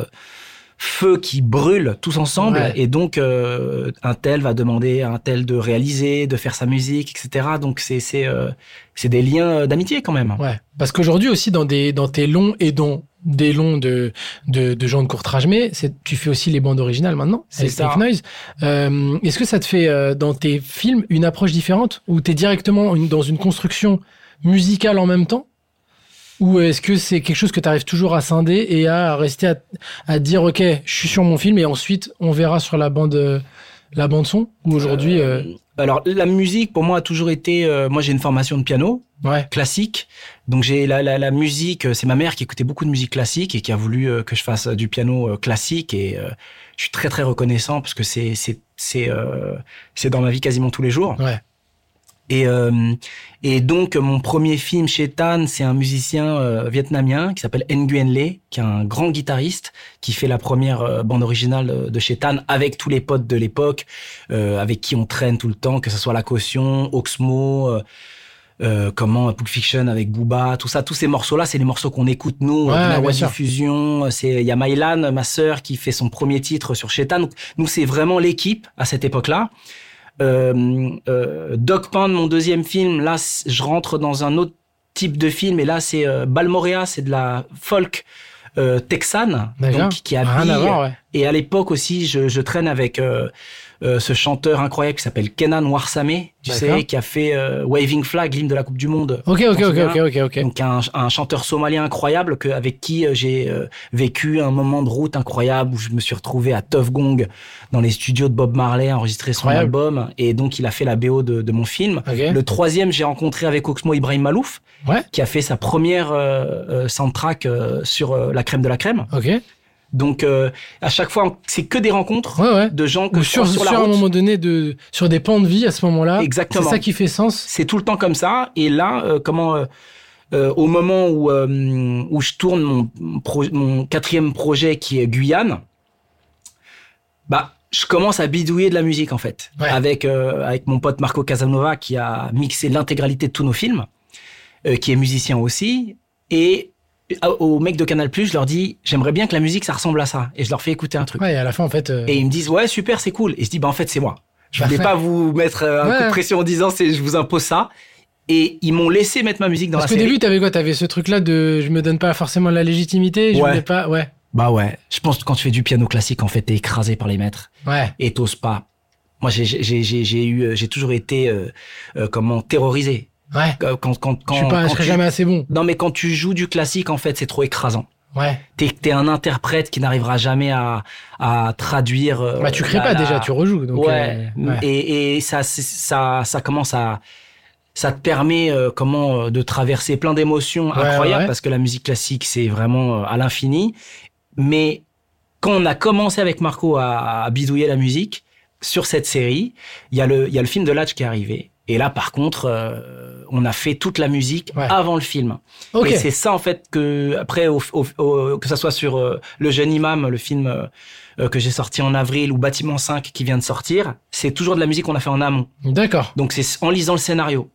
feu qui brûle tous ensemble,
Ouais.
et donc euh, un tel va demander à un tel de réaliser, de faire sa musique, etc. Donc c'est c'est euh, c'est des liens euh, d'amitié quand même.
Ouais. Parce qu'aujourd'hui aussi, dans, des, dans tes longs et dans des longs de, de, de gens de courtrage, mais c'est- tu fais aussi les bandes originales maintenant,
C'est
c'est
ça.
Safe Noise. Euh, Est-ce que ça te fait, euh, dans tes films, une approche différente Ou t'es directement une- dans une construction musicale en même temps ou est-ce que c'est quelque chose que tu arrives toujours à scinder et à rester à, à dire ok je suis sur mon film et ensuite on verra sur la bande euh, la bande son ou aujourd'hui euh,
Alors la musique pour moi a toujours été. euh, moi j'ai une formation de piano
ouais
classique, donc j'ai la, la, la musique. euh, C'est ma mère qui écoutait beaucoup de musique classique et qui a voulu euh, que je fasse euh, du piano euh, classique et euh, je suis très très reconnaissant parce que c'est c'est c'est euh, c'est dans ma vie quasiment tous les jours.
ouais
Et euh, et donc mon premier film chez Tan, c'est un musicien euh, vietnamien qui s'appelle Nguyen Le, qui est un grand guitariste qui fait la première euh, bande originale euh, de chez Tan avec tous les potes de l'époque, euh, avec qui on traîne tout le temps, que ce soit La Caution, Oxmo, euh, euh, comment euh, Pulp Fiction avec Booba, tout ça, tous ces morceaux-là, c'est les morceaux qu'on écoute nous,
Ouais,
euh, de la
bien
Wadi
sûr.
Fusion, euh, c'est il y a Mylan, ma sœur, qui fait son premier titre sur chez Tan. Donc, nous c'est vraiment l'équipe à cette époque-là. Euh, euh, Doc Pound, mon deuxième film, là c- je rentre dans un autre type de film et là c'est euh, Balmorea, c'est de la folk euh, texane,
D'accord.
donc qui euh,
rien
habille
à voir ouais
et à l'époque aussi, je, je traîne avec euh, euh, ce chanteur incroyable qui s'appelle Kenan Warsame, tu
D'accord.
sais, qui a fait euh, Waving Flag, l'hymne de la Coupe du Monde.
ok ok ok ok ok ok
Donc un, un chanteur somalien incroyable que, avec qui euh, j'ai euh, vécu un moment de route incroyable où je me suis retrouvé à Tuff Gong dans les studios de Bob Marley à enregistrer son
Incroyable.
album. Et donc il a fait la BO de, de mon film.
Ok.
Le troisième, j'ai rencontré avec Oxmo Ibrahim Malouf,
Ouais.
qui a fait sa première euh, euh, soundtrack euh, sur euh, La Crème de la Crème.
Ok. Ouais,
Donc euh, à chaque fois, c'est que des rencontres
ouais.
de gens que
Ou
je croise
sur,
sur,
sur,
la
un
route.
moment donné, de, sur des pans de vie à ce moment-là.
Exactement.
C'est ça qui fait sens.
C'est tout le temps comme ça. Et là, euh, comment euh, euh, au moment où euh, où je tourne mon pro- mon quatrième projet qui est Guyane, bah je commence à bidouiller de la musique en fait
Ouais.
avec euh, avec mon pote Marco Casanova qui a mixé l'intégralité de tous nos films, euh, qui est musicien aussi et à- aux mecs de Canal Plus, je leur dis j'aimerais bien que la musique ça ressemble à ça et je leur fais écouter un truc.
Ouais, et à la fin, en fait. euh,
Et ils me disent ouais super c'est cool. Et je dis bah en fait c'est moi. Je
bah,
voulais
ouais.
pas vous mettre euh, un
Ouais.
coup de pression en disant c'est je vous impose ça. Et ils m'ont laissé mettre ma musique dans
Parce
la
qu'au
série.
début, t'avais quoi T'avais ce truc-là de je me donne pas forcément la légitimité, je
Ouais.
voulais pas. Ouais.
Bah ouais. Je pense que quand tu fais du piano classique en fait t'es écrasé par les maîtres
Ouais.
et t'oses pas. Moi j'ai j'ai j'ai j'ai- j'ai eu euh, j'ai toujours été euh, euh, comment terrorisé
Ouais.
Euh, quand quand quand,
je suis pas,
quand
je serai
tu-
jamais assez bon.
non mais quand tu joues du classique en fait c'est trop écrasant.
Ouais.
T'es t'es un interprète qui n'arrivera jamais à à traduire. euh,
bah, tu crées
la-
pas
la-
déjà, tu rejoues. Donc,
ouais.
euh, ouais.
Et, et ça, c'est- ça, ça commence à, ça te permet euh, comment euh, de traverser plein d'émotions
Ouais,
incroyables
ouais.
parce que la musique classique c'est vraiment euh, à l'infini. Mais quand on a commencé avec Marco à, à bidouiller la musique sur cette série, il y a le, il y a le film de Latch qui est arrivé. Et là, par contre, euh, on a fait toute la musique
Ouais.
avant le film.
Ok.
Et c'est ça en fait que après au- au- au- que ça soit sur euh, le jeune imam, le film euh, euh, que j'ai sorti en avril ou Bâtiment 5 qui vient de sortir, c'est toujours de la musique qu'on a fait en amont.
D'accord.
Donc c'est en lisant le scénario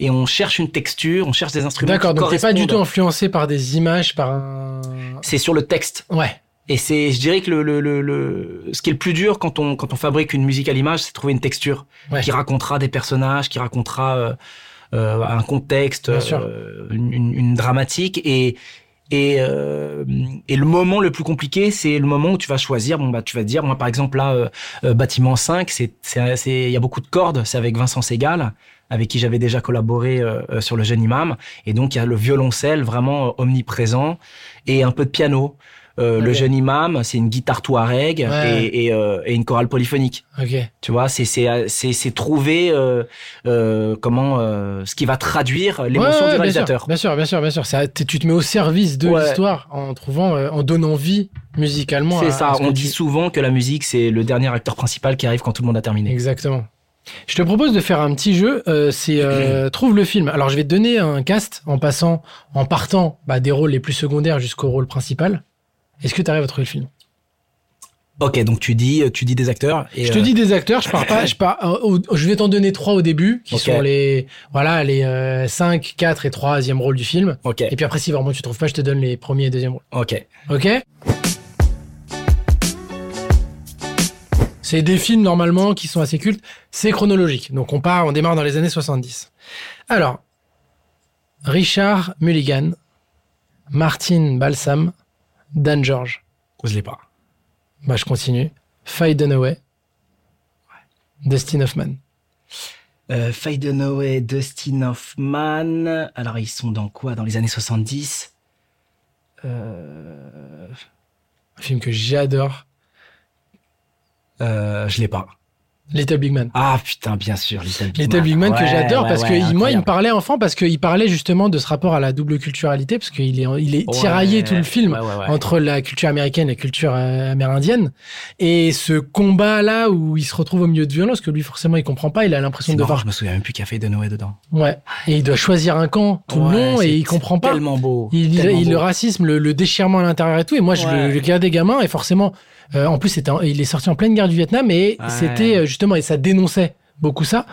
et on cherche une texture, on cherche des instruments.
D'accord.
qui
Donc, t'es pas du tout
correspondent.
influencé par des images, par un.
C'est sur le texte.
Ouais.
Et c'est, je dirais que le, le, le, le- ce qui est le plus dur quand on, quand on fabrique une musique à l'image, c'est de trouver une texture
Ouais.
qui racontera des personnages, qui racontera euh, euh, un contexte,
Bien sûr.
euh, une, une- une dramatique. Et, et, euh, et le moment le plus compliqué, c'est le moment où tu vas choisir. Bon, bah, tu vas te dire, moi, par exemple, là, euh, euh, Bâtiment 5, c'est, c'est, c'est- il y a beaucoup de cordes, c'est avec Vincent Segal. avec qui j'avais déjà collaboré euh, sur le jeune imam. Et donc il y a le violoncelle vraiment euh, omniprésent et un peu de piano. Euh,
Ok.
Le jeune imam, c'est une guitare touareg
Ouais.
et, et, euh, et une chorale polyphonique.
Ok.
Tu vois, c'est c'est euh, c'est c'est trouver euh, euh, comment euh, ce qui va traduire
Ouais,
l'émotion
ouais,
du
bien sûr,
réalisateur.
Bien sûr, bien sûr, bien sûr. Ça, t'es- tu te mets au service de
Ouais.
l'histoire en trouvant, euh, en donnant vie musicalement. à-
C'est
à
ça.
ce que
On
tu-
dit souvent que la musique c'est le dernier acteur principal qui arrive quand tout le monde a terminé.
Exactement. Je te propose de faire un petit jeu, euh, c'est euh, trouve le film. Alors je vais te donner un cast en passant, en partant bah, des rôles les plus secondaires jusqu'au rôle principal. Est-ce que tu arrives à trouver le film
Ok, donc tu dis euh, tu dis des acteurs. Et,
Je te
euh,
dis des acteurs, je pars pas, je pars. euh, au- je vais t'en donner trois au début, qui
Ok.
sont les voilà les 5, 4 et troisième rôles du film.
Ok,
Et puis après, si vraiment tu trouves pas, je te donne les premiers et deuxièmes rôles.
ok.
Ok C'est des films normalement qui sont assez cultes. C'est chronologique. Donc on part, on démarre dans les années 70. Alors, Richard Mulligan, Martin Balsam, Dan George.
Je l'ai pas.
Bah je continue. Faye Dunaway, Dustin Hoffman.
Euh, Faye Dunaway, Dustin Hoffman. Alors, ils sont dans quoi Dans les années 70 euh,
Un film que j'adore.
euh, Je l'ai pas.
Little Big Man.
Ah putain, bien sûr, Little Big
Little
Man.
Big Man que
Ouais,
j'adore
ouais,
parce que
ouais,
il- moi il me
incroyable.
parlait enfant parce qu'il parlait justement de ce rapport à la double culturalité parce qu'il est, en- il est
Ouais,
tiraillé tout le film
ouais, ouais, ouais.
entre la culture américaine et la culture euh, amérindienne. Et ce combat-là où il se retrouve au milieu de violence, que lui forcément il comprend pas, il a l'impression
C'est
de
marrant,
devoir...
je me souviens même plus qu'il y a Faye Dunaway dedans.
Ouais. Et il doit choisir un camp tout
Ouais,
le long
c'est-
et il comprend
c'est
pas.
Tellement beau.
Il, il-
tellement
il- le
beau.
racisme, le, le déchirement à l'intérieur et tout. Et moi, je
Ouais.
le, le regardais gamin et forcément, euh, en plus, c'était en- il est sorti en pleine guerre du Vietnam et
Ouais.
c'était euh, justement, et ça dénonçait beaucoup ça.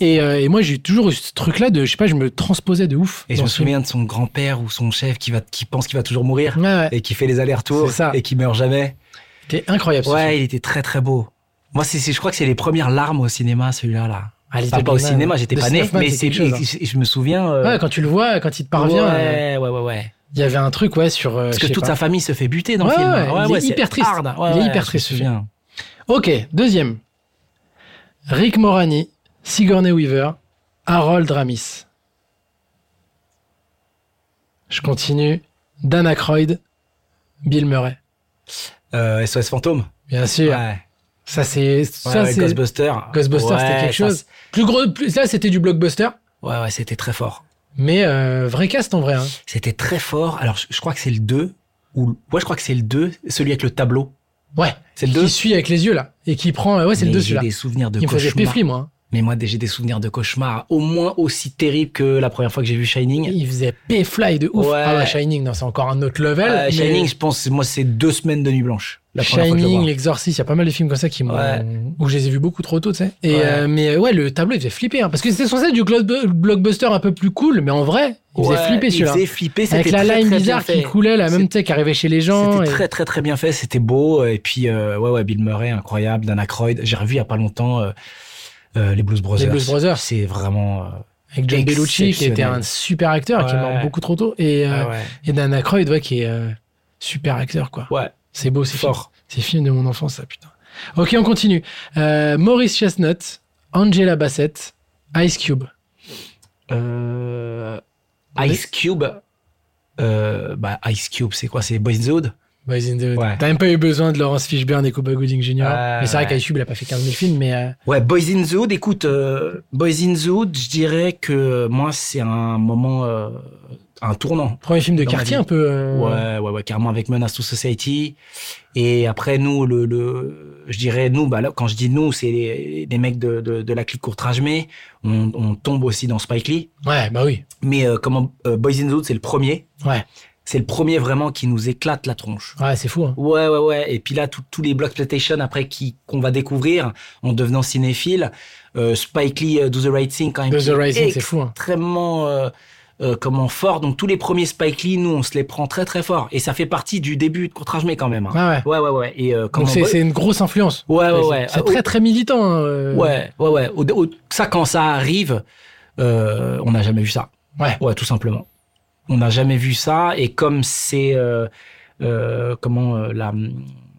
Et, euh, et moi, j'ai toujours eu ce truc-là de, je sais pas, je me transposais de ouf.
Et je
dans
me
ce film.
souviens de son grand-père ou son chef qui, va, qui pense qu'il va toujours mourir
Ouais, ouais.
et qui fait les allers-retours
C'est ça.
et qui meurt jamais.
C'était incroyable. ce film.
Ouais, il était très très beau. Moi, c'est, c'est- je crois que c'est les premières larmes au cinéma, celui-là. Là.
Ah, Little
Enfin,
Big
pas au
Man,
cinéma,
ouais.
j'étais
De
pas
Steve
né,
Hoffman,
mais
c'est
c'est,
quelque chose, hein.
je, je me souviens. euh,
Ouais, quand tu le vois, quand il te parvient, euh,
Ouais, ouais, ouais, ouais.
il y avait un truc, ouais, sur. euh,
Parce que
je sais
toute
pas.
sa famille se fait buter dans
Ouais,
le film.
ouais, il est
c'est
hyper triste.
hard. hein. Ouais,
Il est
ouais,
hyper
je me
triste, ce
souviens.
Ok, deuxième. Rick Morani, Sigourney Weaver, Harold Ramis. Je continue. Dan Aykroyd, Bill Murray.
Euh, SOS Fantôme.
Bien sûr.
Ouais.
Ça, c'est. ça,
Ouais, ouais,
c'est.
Ghostbusters.
Ghostbusters, c'était
Ouais,
quelque
ça,
chose. Plus gros, plus, là, c'était du blockbuster.
c'est- Ouais, ouais, c'était très fort.
Mais euh, vrai cast en vrai. hein.
C'était très fort. Alors, je, je crois que c'est le 2. Ou... Ouais, je crois que c'est le 2, celui avec le tableau.
Ouais.
C'est le 2.
Qui suit avec les yeux, là. Et qui prend. euh, Ouais, c'est le
Mais
2
J'ai
celui-là.
des souvenirs de
Qui me faisait
cauchemar.
péfli, moi. hein.
Mais moi, j'ai des souvenirs de cauchemar au moins aussi terribles que la première fois que j'ai vu Shining.
Il faisait P-Fly de ouf.
Ouais.
Ah bah, Shining, non, c'est encore un autre level.
Euh,
mais
Shining, je pense, moi, c'est deux semaines de nuit blanche. La première fois que je le
Shining,
vois.
l'Exorciste, il y a pas mal de films comme ça qui m'ont,
Ouais.
où je les ai vus beaucoup trop tôt, tu sais. Et
Ouais.
euh, mais euh, ouais, le tableau il faisait flipper, hein, parce que c'était censé être du glo- blockbuster un peu plus cool, mais en vrai, il
Ouais,
faisait flipper celui-là.
Il faisait flipper, c'était
Avec la
très,
line
très bien
bizarre qui
fait.
coulait, la même
C'est-
tu sais, qui arrivait chez les gens.
C'était
et-
très très très bien fait, c'était beau et puis euh, ouais ouais Bill Murray incroyable, Dana Aykroyd, j'ai revu il y a pas longtemps euh, euh, les Blues Brothers.
Blues Brothers.
c'est vraiment euh,
Avec John Bellucci, qui était un super acteur, qui est mort
Ouais.
beaucoup trop tôt, et, euh,
ah ouais.
et Dan Aykroyd, ouais, qui est euh, super acteur, quoi.
Ouais,
C'est beau, c'est
fort.
C'est film de mon enfance, ça, putain. Ok, on continue. Euh, Maurice Chestnut, Angela Bassett, Ice Cube.
Euh, Ice Cube euh, bah Ice Cube, c'est quoi C'est Boys in the Hood
Boys in the Hood.
Ouais.
T'as même pas eu besoin de Laurence Fishburne et Cuba Gooding Jr.
Ouais,
mais c'est vrai
ouais.
qu'Aïsub, il a pas fait 15 000 films, mais euh,
Ouais, Boys in the Hood, écoute, euh, Boys in the Hood, je dirais que moi c'est un moment euh, un tournant
premier film de
Dans ma
quartier
vie.
un peu. euh,
Ouais, ouais, ouais, carrément avec Menace to Society. Et après, nous, le, le, je dirais, nous, bah là, quand je dis nous, c'est les, les mecs de, de, de la clique Courtrage-Mais. On, on tombe aussi dans Spike Lee.
Ouais, bah oui.
Mais euh, comment, euh, Boys in the Hood, c'est le premier.
Ouais.
C'est le premier vraiment qui nous éclate la tronche.
Ouais, c'est fou. hein.
Ouais, ouais, ouais. Et puis là, tout- tous les blockploitation après qui, qu'on va découvrir en devenant cinéphile. Euh, Spike Lee, euh, Do the Right Thing, quand même.
Do
qui
the
est
Rising, c'est fou. hein.
extrêmement euh, euh, comment fort. Donc tous les premiers Spike Lee, nous on se les prend très très fort et ça fait partie du début de Contre mais quand même. hein.
Ouais, ouais.
Ouais ouais ouais. Et euh,
Donc
comment
c'est
ouais
c'est une grosse influence.
ouais ouais.
C'est
Euh,
très très militant. hein, euh.
Ouais ouais ouais. Au- au- ça quand ça arrive, euh, on n'a jamais vu ça.
Ouais.
Ouais tout simplement. On n'a jamais vu ça et comme c'est euh, euh, comment euh, la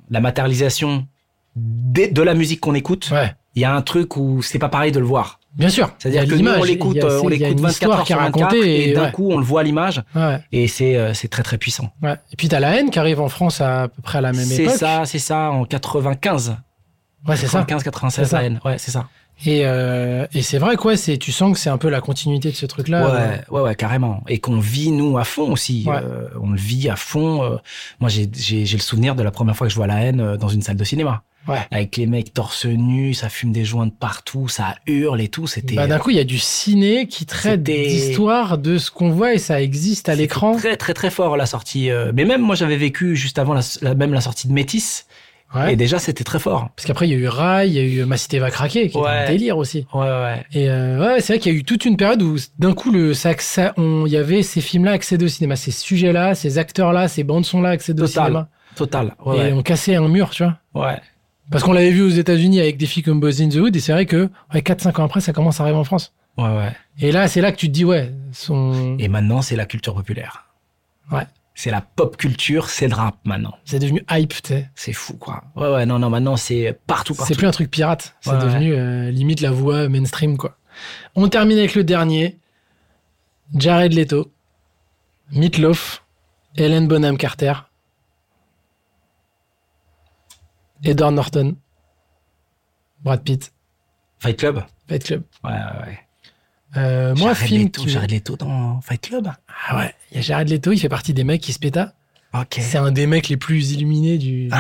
la matérialisation des- de la musique qu'on écoute,
Ouais.
il y a un truc où c'est pas pareil de le voir.
Bien sûr.
C'est-à-dire
Il y
que
a
nous, on
l'image,
l'écoute,
il y a-
euh, on
c'est- il y a
l'écoute
une
24
histoire
heures
qui est
sur 24
racontée
et,
et
d'un
ouais.
coup, on le voit à l'image
Ouais,
et c'est euh, c'est très très puissant.
ouais. Et puis t'as la haine qui arrive en France à, à peu près à la même
C'est
époque.
ça, c'est ça, en 95.
Ouais, c'est ça.
95,
C'est
96,
ça.
la haine. Ouais, c'est ça.
Et, euh, et c'est vrai quoi, c'est tu sens que c'est un peu la continuité de ce euh, truc là.
ouais, ouais, ouais, carrément. Et qu'on vit, nous, à fond aussi.
Ouais.
Euh, on le vit à fond. Euh, moi, j'ai j'ai- j'ai le souvenir de la première fois que je vois la haine euh, dans une salle de cinéma.
Ouais.
Avec les mecs torse nu, ça fume des joints de partout, ça hurle et tout. C'était
Bah, d'un coup, il y a du ciné qui traite
C'était-
d'histoire de ce qu'on voit et ça existe à
c'était
l'écran.
Très, très, très fort la sortie. euh, Mais même moi, j'avais vécu juste avant la, la- même la sortie de Métis.
Ouais.
Et déjà, c'était très fort.
Parce qu'après, il y a eu Rai, il y a eu Ma Cité va craquer, qui est
Ouais.
un délire aussi.
Ouais, ouais.
Et euh, ouais, c'est vrai qu'il y a eu toute une période où d'un coup, le, ça, ça- on, il y avait ces films-là accédés au cinéma, ces sujets-là, ces acteurs-là, ces bandes-sons-là accédés au
Total.
cinéma.
Total. Ouais,
Et
ouais.
on cassait un mur, tu vois.
ouais.
Parce qu'on l'avait vu aux États-Unis avec des filles comme Buzz in the Hood, et c'est vrai que ouais, 4-5 ans après, ça commence à arriver en France.
Ouais, ouais.
Et là, c'est là que tu te dis, ouais, son...
Et maintenant, c'est la culture populaire.
Ouais.
C'est la pop culture, c'est le rap maintenant.
c'est devenu hype, tu sais.
C'est fou, quoi. Ouais, ouais, non, non, maintenant, c'est partout, partout.
C'est plus un truc pirate, c'est
Ouais, ouais.
devenu euh, limite la voix mainstream, quoi. On termine avec le dernier, Jared Leto, Meatloaf, Helen Bonham Carter, Edward Norton, Brad Pitt,
Fight Club
Fight Club.
Ouais, ouais, ouais.
Euh, moi,
Jared
film,
Leto,
qui-
Jared Leto dans Fight Club
ah ouais, il y a Jared Leto, il fait partie des mecs qui se péta.
Ok.
C'est un des mecs les plus illuminés du. du corps, quoi.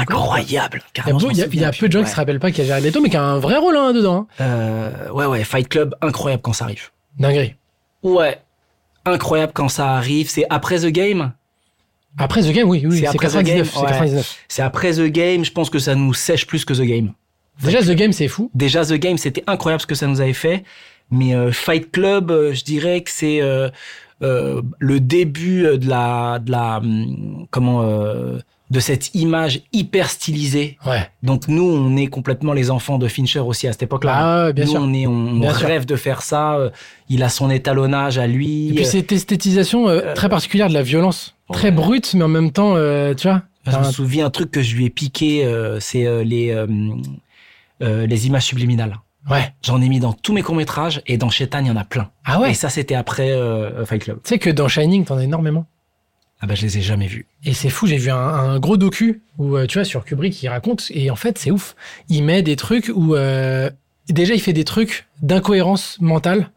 Il y
Incroyable.
a,
Carrément,
beau- il y a-
Ah, je m'en
il y a
souviens
peu de gens
plus.
qui se rappellent pas qu'il y a Jared Leto, mais qui a un vrai rôle hein, dedans. hein.
ouais. Euh, ouais, ouais, Fight Club, incroyable quand ça arrive.
Dinguerie.
Ouais. Incroyable quand ça arrive. C'est après The Game
Après The Game, oui, oui,
C'est
c'est
après The Game,
99. c'est
ouais.
99.
C'est après The Game, je pense que ça nous sèche plus que The Game.
Déjà, The Game, c'est fou.
Déjà, The Game, c'était incroyable ce que ça nous avait fait. Mais euh, Fight Club, euh, je dirais que c'est euh, euh, le début euh, de la, de la, hum, comment, euh, de cette image hyper stylisée.
Ouais.
Donc nous, on est complètement les enfants de Fincher aussi à cette époque-là.
Ah, ouais, bien
nous,
sûr.
on est, on
Bien sûr.
rêve de faire ça. euh, Il a son étalonnage à lui.
Et puis cette esthétisation euh,
euh,
très particulière de la violence, très
ouais.
brute, mais en même temps, euh, tu vois.
Je me
t'as un-
souviens un truc que je lui ai piqué, euh, c'est euh, les euh, euh, les images subliminales.
Ouais.
J'en ai mis dans tous mes courts métrages et dans Chétan, il y en a plein.
Ah ouais.
Et
Tu
ça, c'était après euh, Fight Club.
sais que dans Shining, t'en as énormément.
Ah bah je les ai jamais vus.
Et c'est fou, j'ai vu un, un gros docu où, euh, tu vois, sur Kubrick, il raconte, et en fait, c'est ouf. Il met des trucs où, euh, déjà, il fait des trucs d'incohérence mentale.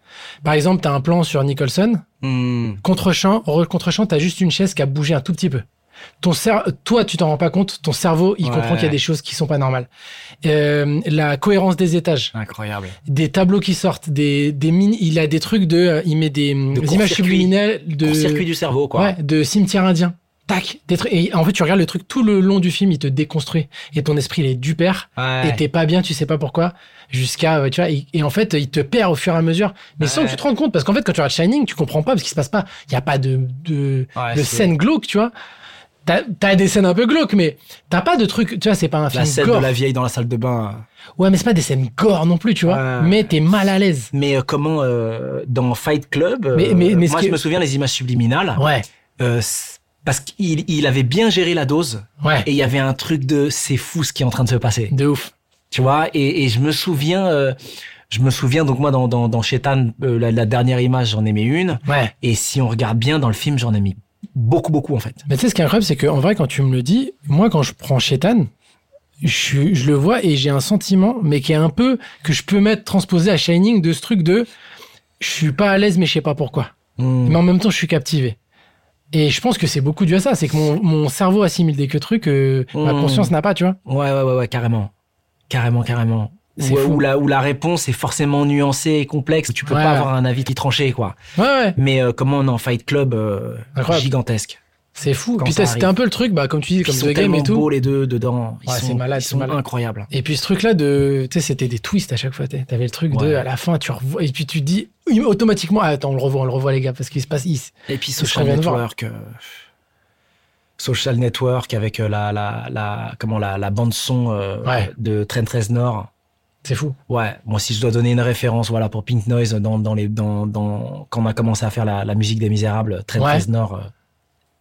Par exemple, t'as un plan sur Nicholson,
Hmm.
contre-champ, re- contre-champ, t'as juste une chaise qui a bougé un tout petit peu. Ton cer- toi, tu t'en rends pas compte, ton cerveau, il
Ouais.
comprend qu'il y a des choses qui sont pas normales. Euh, la cohérence des étages,
Incroyable.
des tableaux qui sortent, des, des mines, il a des trucs de, euh, il met des, hum, des images
court-circuit.
subliminales de,
Circuit du cerveau, quoi.
ouais, de cimetière indien. Tac, des trucs. Et en fait, tu regardes le truc tout le long du film, il te déconstruit. Et ton esprit, il est du père.
Ouais.
Et t'es pas bien, tu sais pas pourquoi. Jusqu'à, euh, tu vois, et, et en fait, il te perd au fur et à mesure. Mais sans
Ouais.
que tu te rendes compte, parce qu'en fait, quand tu regardes Shining, tu comprends pas, parce qu'il se passe pas, il y a pas de, de,
Ouais,
de
c'est-
scènes glauques, tu vois. T'as t'as des scènes un peu glauques, mais t'as pas de trucs, tu vois, c'est pas un film
La scène
gore.
de la vieille dans la salle de bain.
Ouais, mais c'est pas des scènes gore non plus, tu vois.
Ouais.
Mais t'es mal à l'aise.
Mais euh, comment euh, dans Fight Club, euh,
Mais- mais- mais ce
moi
que-
je me souviens les images subliminales.
Ouais,
euh, c'est- parce qu'il il avait bien géré la dose
ouais,
et il y avait un truc de c'est fou ce qui est en train de se passer.
de ouf.
Tu vois, et, et je me souviens, euh, je me souviens donc moi dans dans, dans Shetan, euh, la, la dernière image j'en ai mis une
Ouais.
et si on regarde bien dans le film j'en ai mis beaucoup beaucoup en fait.
Mais tu sais, ce qui est incroyable, c'est qu'en vrai, quand tu me le dis, moi, quand je prends Shetan, je, suis- je le vois et j'ai un sentiment, mais qui est un peu, que je peux mettre transposé à Shining de ce truc de, je suis pas à l'aise, mais je sais pas pourquoi.
Hmm.
Mais en même temps, je suis captivé. Et je pense que c'est beaucoup dû à ça, c'est que mon, mon cerveau assimile des que trucs que ma
Mm.
conscience n'a pas, tu vois.
Ouais ouais ouais ouais carrément, carrément carrément.
C'est
Où,
fou.
où la où la réponse est forcément nuancée et complexe, tu peux
Ouais.
pas avoir un avis qui est tranché quoi.
Ouais, ouais.
Mais euh, comment on est en Fight Club euh,
Incroyable.
gigantesque.
C'est fou.
Quand
Puis
ça
t'as- c'était
arrive.
un peu le truc, bah, comme tu dis,
Ils
comme
sont
The Game
tellement
et tout.
beaux les deux dedans. Ils
Ouais,
sont,
c'est malade,
ils
c'est
sont
malade.
incroyables.
Et puis ce truc-là de, tu sais, c'était des twists à chaque fois. t'sais. T'avais le truc de,
Ouais.
à la fin, tu revois et puis tu dis automatiquement, ah, attends, on le revoit, on le revoit les gars, parce qu'il se passe, il s-
Et puis
Je serais
Social
bien de voir.
Network. euh, Social Network avec euh, la, la, la, comment, la, la bande son euh,
Ouais.
de Train 13 Nord.
c'est fou.
Ouais, moi si je dois donner une référence voilà, pour Pink Noise, dans, dans les, dans, dans, quand on a commencé à faire la, la musique des Misérables, Train
Ouais.
13 Nord, euh,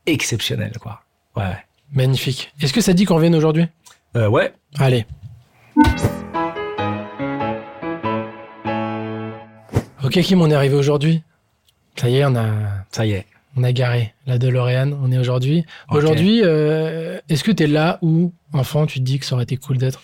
exceptionnel quoi. Ouais, ouais.
Magnifique. Est-ce que ça dit qu'on revienne aujourd'hui
Euh, ouais.
Allez. Ok, Kim, on est arrivé aujourd'hui. Ça y est, on a,
Ça y est.
on a garé la DeLorean. On est aujourd'hui.
Ok.
Aujourd'hui, euh, est-ce que t'es là où, enfant, tu te dis que ça aurait été cool d'être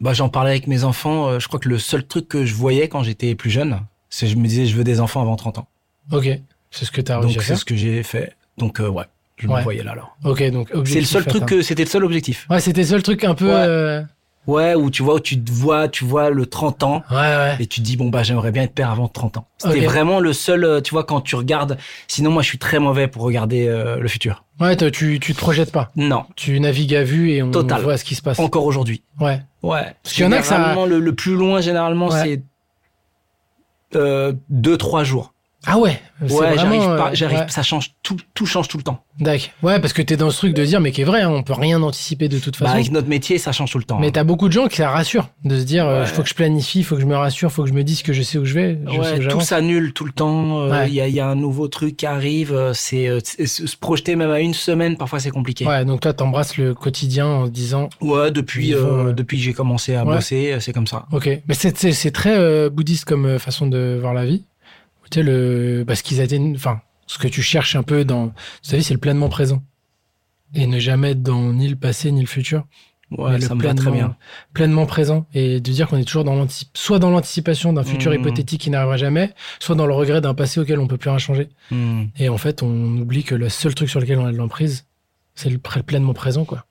Bah, j'en parlais avec mes enfants. euh, Je crois que le seul truc que je voyais quand j'étais plus jeune, c'est je me disais, je veux des enfants avant 30 ans.
Ok, c'est ce que t'as réussi
Donc,
à
c'est
faire.
ce que j'ai fait. Donc, euh, ouais, je
Ouais.
me voyais là, alors.
Ok, donc
C'est le
objectif
seul truc
atteint.
que, c'était le seul objectif.
Ouais, c'était le seul truc un peu.
Ouais.
euh,
Ouais, où tu vois, où tu te vois, tu vois le 30 ans.
Ouais, ouais.
Et tu te dis, bon, bah, j'aimerais bien être père avant 30 ans. C'était
Ok.
vraiment le seul, euh, tu vois, quand tu regardes. Sinon, moi, je suis très mauvais pour regarder euh, le futur.
Ouais, toi, tu, tu te projettes pas.
Non,
Tu navigues à vue et on
Total.
voit ce qui se passe.
encore aujourd'hui.
Ouais.
Ouais.
Parce qu'il y en a que ça-
Généralement, Le, le plus loin, généralement,
Ouais.
c'est euh, deux, trois jours.
Ah ouais. c'est
Ouais, j'arrive
vraiment,
pas,
euh,
j'arrive,
ouais.
ça change tout, tout change tout le temps.
D'accord. Ouais, parce que t'es dans ce truc de dire, mais qui est vrai, hein, on peut rien anticiper de toute
Bah,
façon.
avec notre métier, ça change tout le temps.
mais
hein.
t'as beaucoup de gens qui ça rassure de se dire, il
Ouais.
faut que je planifie, faut que je me rassure, faut que je me dise que je sais où je vais. Je sais
Ouais,
où
tout
j'avance.
s'annule tout le temps. euh, Il
Ouais.
y, a, il y a un nouveau truc qui arrive. euh, C'est euh, c'est- se se projeter même à une semaine, parfois c'est compliqué. Ouais,
Ouais, donc toi, t'embrasses le quotidien en se disant,
depuis,
Ils
euh,
vont, ouais.
depuis que j'ai commencé à
Ouais.
bosser, euh, c'est comme ça.
ok. Mais c'est- c'est c'est très euh, bouddhiste comme euh, façon de voir la vie. Tu sais, le, bah, ce qu'ils atteignent, enfin, ce que tu cherches un peu dans, vous savez, c'est le pleinement présent. Et ne jamais être dans ni le passé ni le futur.
Ouais,
mais le
ça me va très bien.
pleinement présent et de dire qu'on est toujours dans l'anticip- soit dans l'anticipation d'un futur
Mhm.
hypothétique qui n'arrivera jamais, soit dans le regret d'un passé auquel on peut plus rien changer.
Hmm.
Et en fait, on oublie que le seul truc sur lequel on a de l'emprise, c'est le pré- pleinement présent, quoi.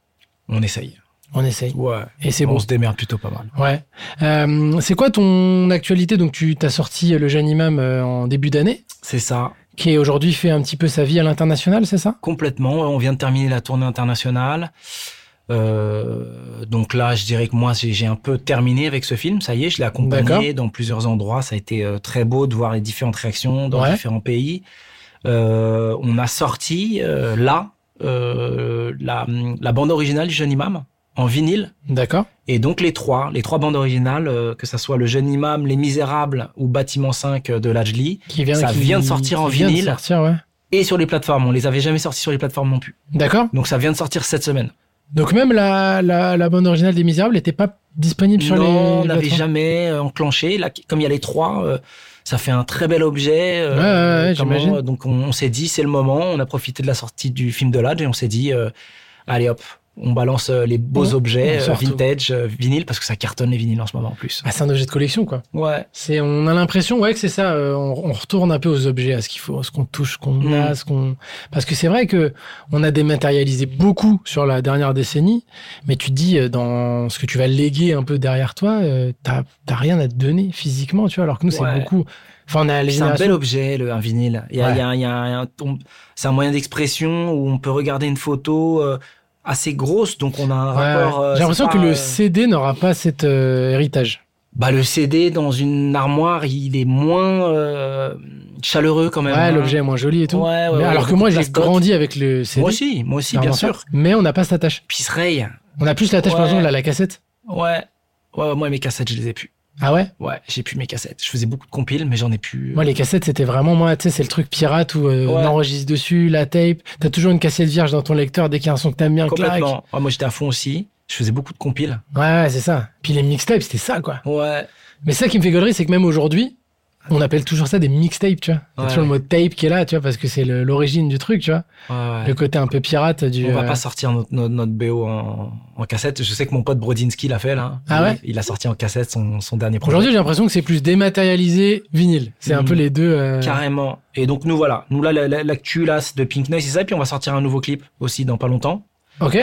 On essaye.
On essaye.
Ouais.
Et c'est
on
bon.
se démerde plutôt pas mal.
Ouais. Euh, c'est quoi ton actualité Donc, tu t'as sorti Le Jeune Imam euh, en début d'année,
C'est ça.
qui aujourd'hui fait un petit peu sa vie à l'international, c'est ça
Complètement. On vient de terminer la tournée internationale. Euh, donc là, je dirais que moi, j'ai j'ai un peu terminé avec ce film. Ça y est, je l'ai accompagné
D'accord.
dans plusieurs endroits. Ça a été euh, très beau de voir les différentes réactions dans
Ouais.
différents pays. Euh, on a sorti euh, là euh, la, la bande originale du jeune imam en vinyle.
D'accord.
Et donc les trois, les trois bandes originales, euh, que ça soit le jeune imam, les Misérables ou Bâtiment 5 de Lajli,
Qui vient,
Ça
qui-
vient de sortir
qui
en
vient de
vinyle.
sortir, ouais.
et sur les plateformes. On les avait jamais sortis sur les plateformes non plus.
D'accord.
Donc ça vient de sortir cette semaine.
Donc même la, la, la bande originale des Misérables n'était pas disponible sur les.
non, on
les
n'avait
plateformes.
jamais euh, enclenché. Là, comme il y a les trois, euh, ça fait un très bel objet. euh,
Ouais, ouais, ouais,
comment- euh,
j'imagine.
Donc on, on s'est dit, c'est le moment. On a profité de la sortie du film de Lodge et on s'est dit, euh, allez hop, on balance euh, les beaux
Bon,
objets
on
euh,
sort tout.
vintage, euh, vinyle, parce que ça cartonne les vinyles en ce moment en plus.
Ah, c'est un objet de collection, quoi.
Ouais.
C'est, on a l'impression, ouais, que c'est ça. euh, on, on retourne un peu aux objets, à ce qu'il faut, à ce qu'on touche, ce qu'on
Mm.
a, ce qu'on. Parce que c'est vrai que on a dématérialisé beaucoup sur la dernière décennie, mais tu te dis euh, dans ce que tu vas léguer un peu derrière toi, euh, t'as t'as rien à te donner physiquement, tu vois. Alors que nous,
Ouais.
c'est beaucoup. Enfin, on a les
C'est un
générations-
bel objet, le, un vinyle. Il y a-
Ouais.
il y a- il y a un- on- C'est un moyen d'expression où on peut regarder une photo euh, assez grosse, donc on a un
Ouais, ouais.
rapport. euh,
J'ai l'impression que
c'est pas,
le
euh,
CD n'aura pas cet euh, héritage.
Bah, le CD dans une armoire, il est moins euh, chaleureux quand même.
Ouais,
hein.
l'objet est moins joli et tout.
Ouais, ouais,
Mais
ouais,
alors
il y
que
a
moi,
beaucoup de
j'ai
plastoc.
grandi avec le CD.
Moi aussi, moi aussi,
c'est
bien
vraiment ça.
sûr.
Mais on n'a pas cette attache.
Puis Ray,
On a plus l'attache, par
Ouais.
exemple, à la cassette.
ouais. Ouais, moi, mes cassettes, je les ai plus.
Ah ouais
Ouais, j'ai plus mes cassettes. Je faisais beaucoup de compiles, mais j'en ai plus. euh,
Moi, les cassettes, c'était vraiment moi, tu sais, c'est le truc pirate où euh,
Ouais.
on enregistre dessus, la tape. T'as toujours une cassette vierge dans ton lecteur dès qu'il y a un son que t'aimes bien, claque. Ouais,
Complètement. Ouais, moi, j'étais à fond aussi. Je faisais beaucoup de compiles.
ouais, c'est ça. Puis les mixtapes, c'était ça, quoi.
Ouais.
Mais ça qui me fait gaulerie, c'est que même aujourd'hui, on appelle toujours ça des mixtapes, tu vois. Il y a
Ouais,
toujours le mot tape qui est là, tu vois, parce que c'est le- l'origine du truc, tu vois.
ouais, ouais.
Le côté un peu pirate du.
On va
euh,
pas sortir notre, notre, notre BO en, en cassette. Je sais que mon pote Brodinski l'a fait là.
Ah
Il-
ouais
Il a sorti en cassette son, son dernier projet.
Aujourd'hui, j'ai l'impression que c'est plus dématérialisé, vinyle. C'est un
Mm.
peu les deux. euh,
Carrément. Et donc nous voilà, nous là la- la- l'actu là c'est de Pink Noise, c'est ça. Et puis on va sortir un nouveau clip aussi dans pas longtemps.
Ok.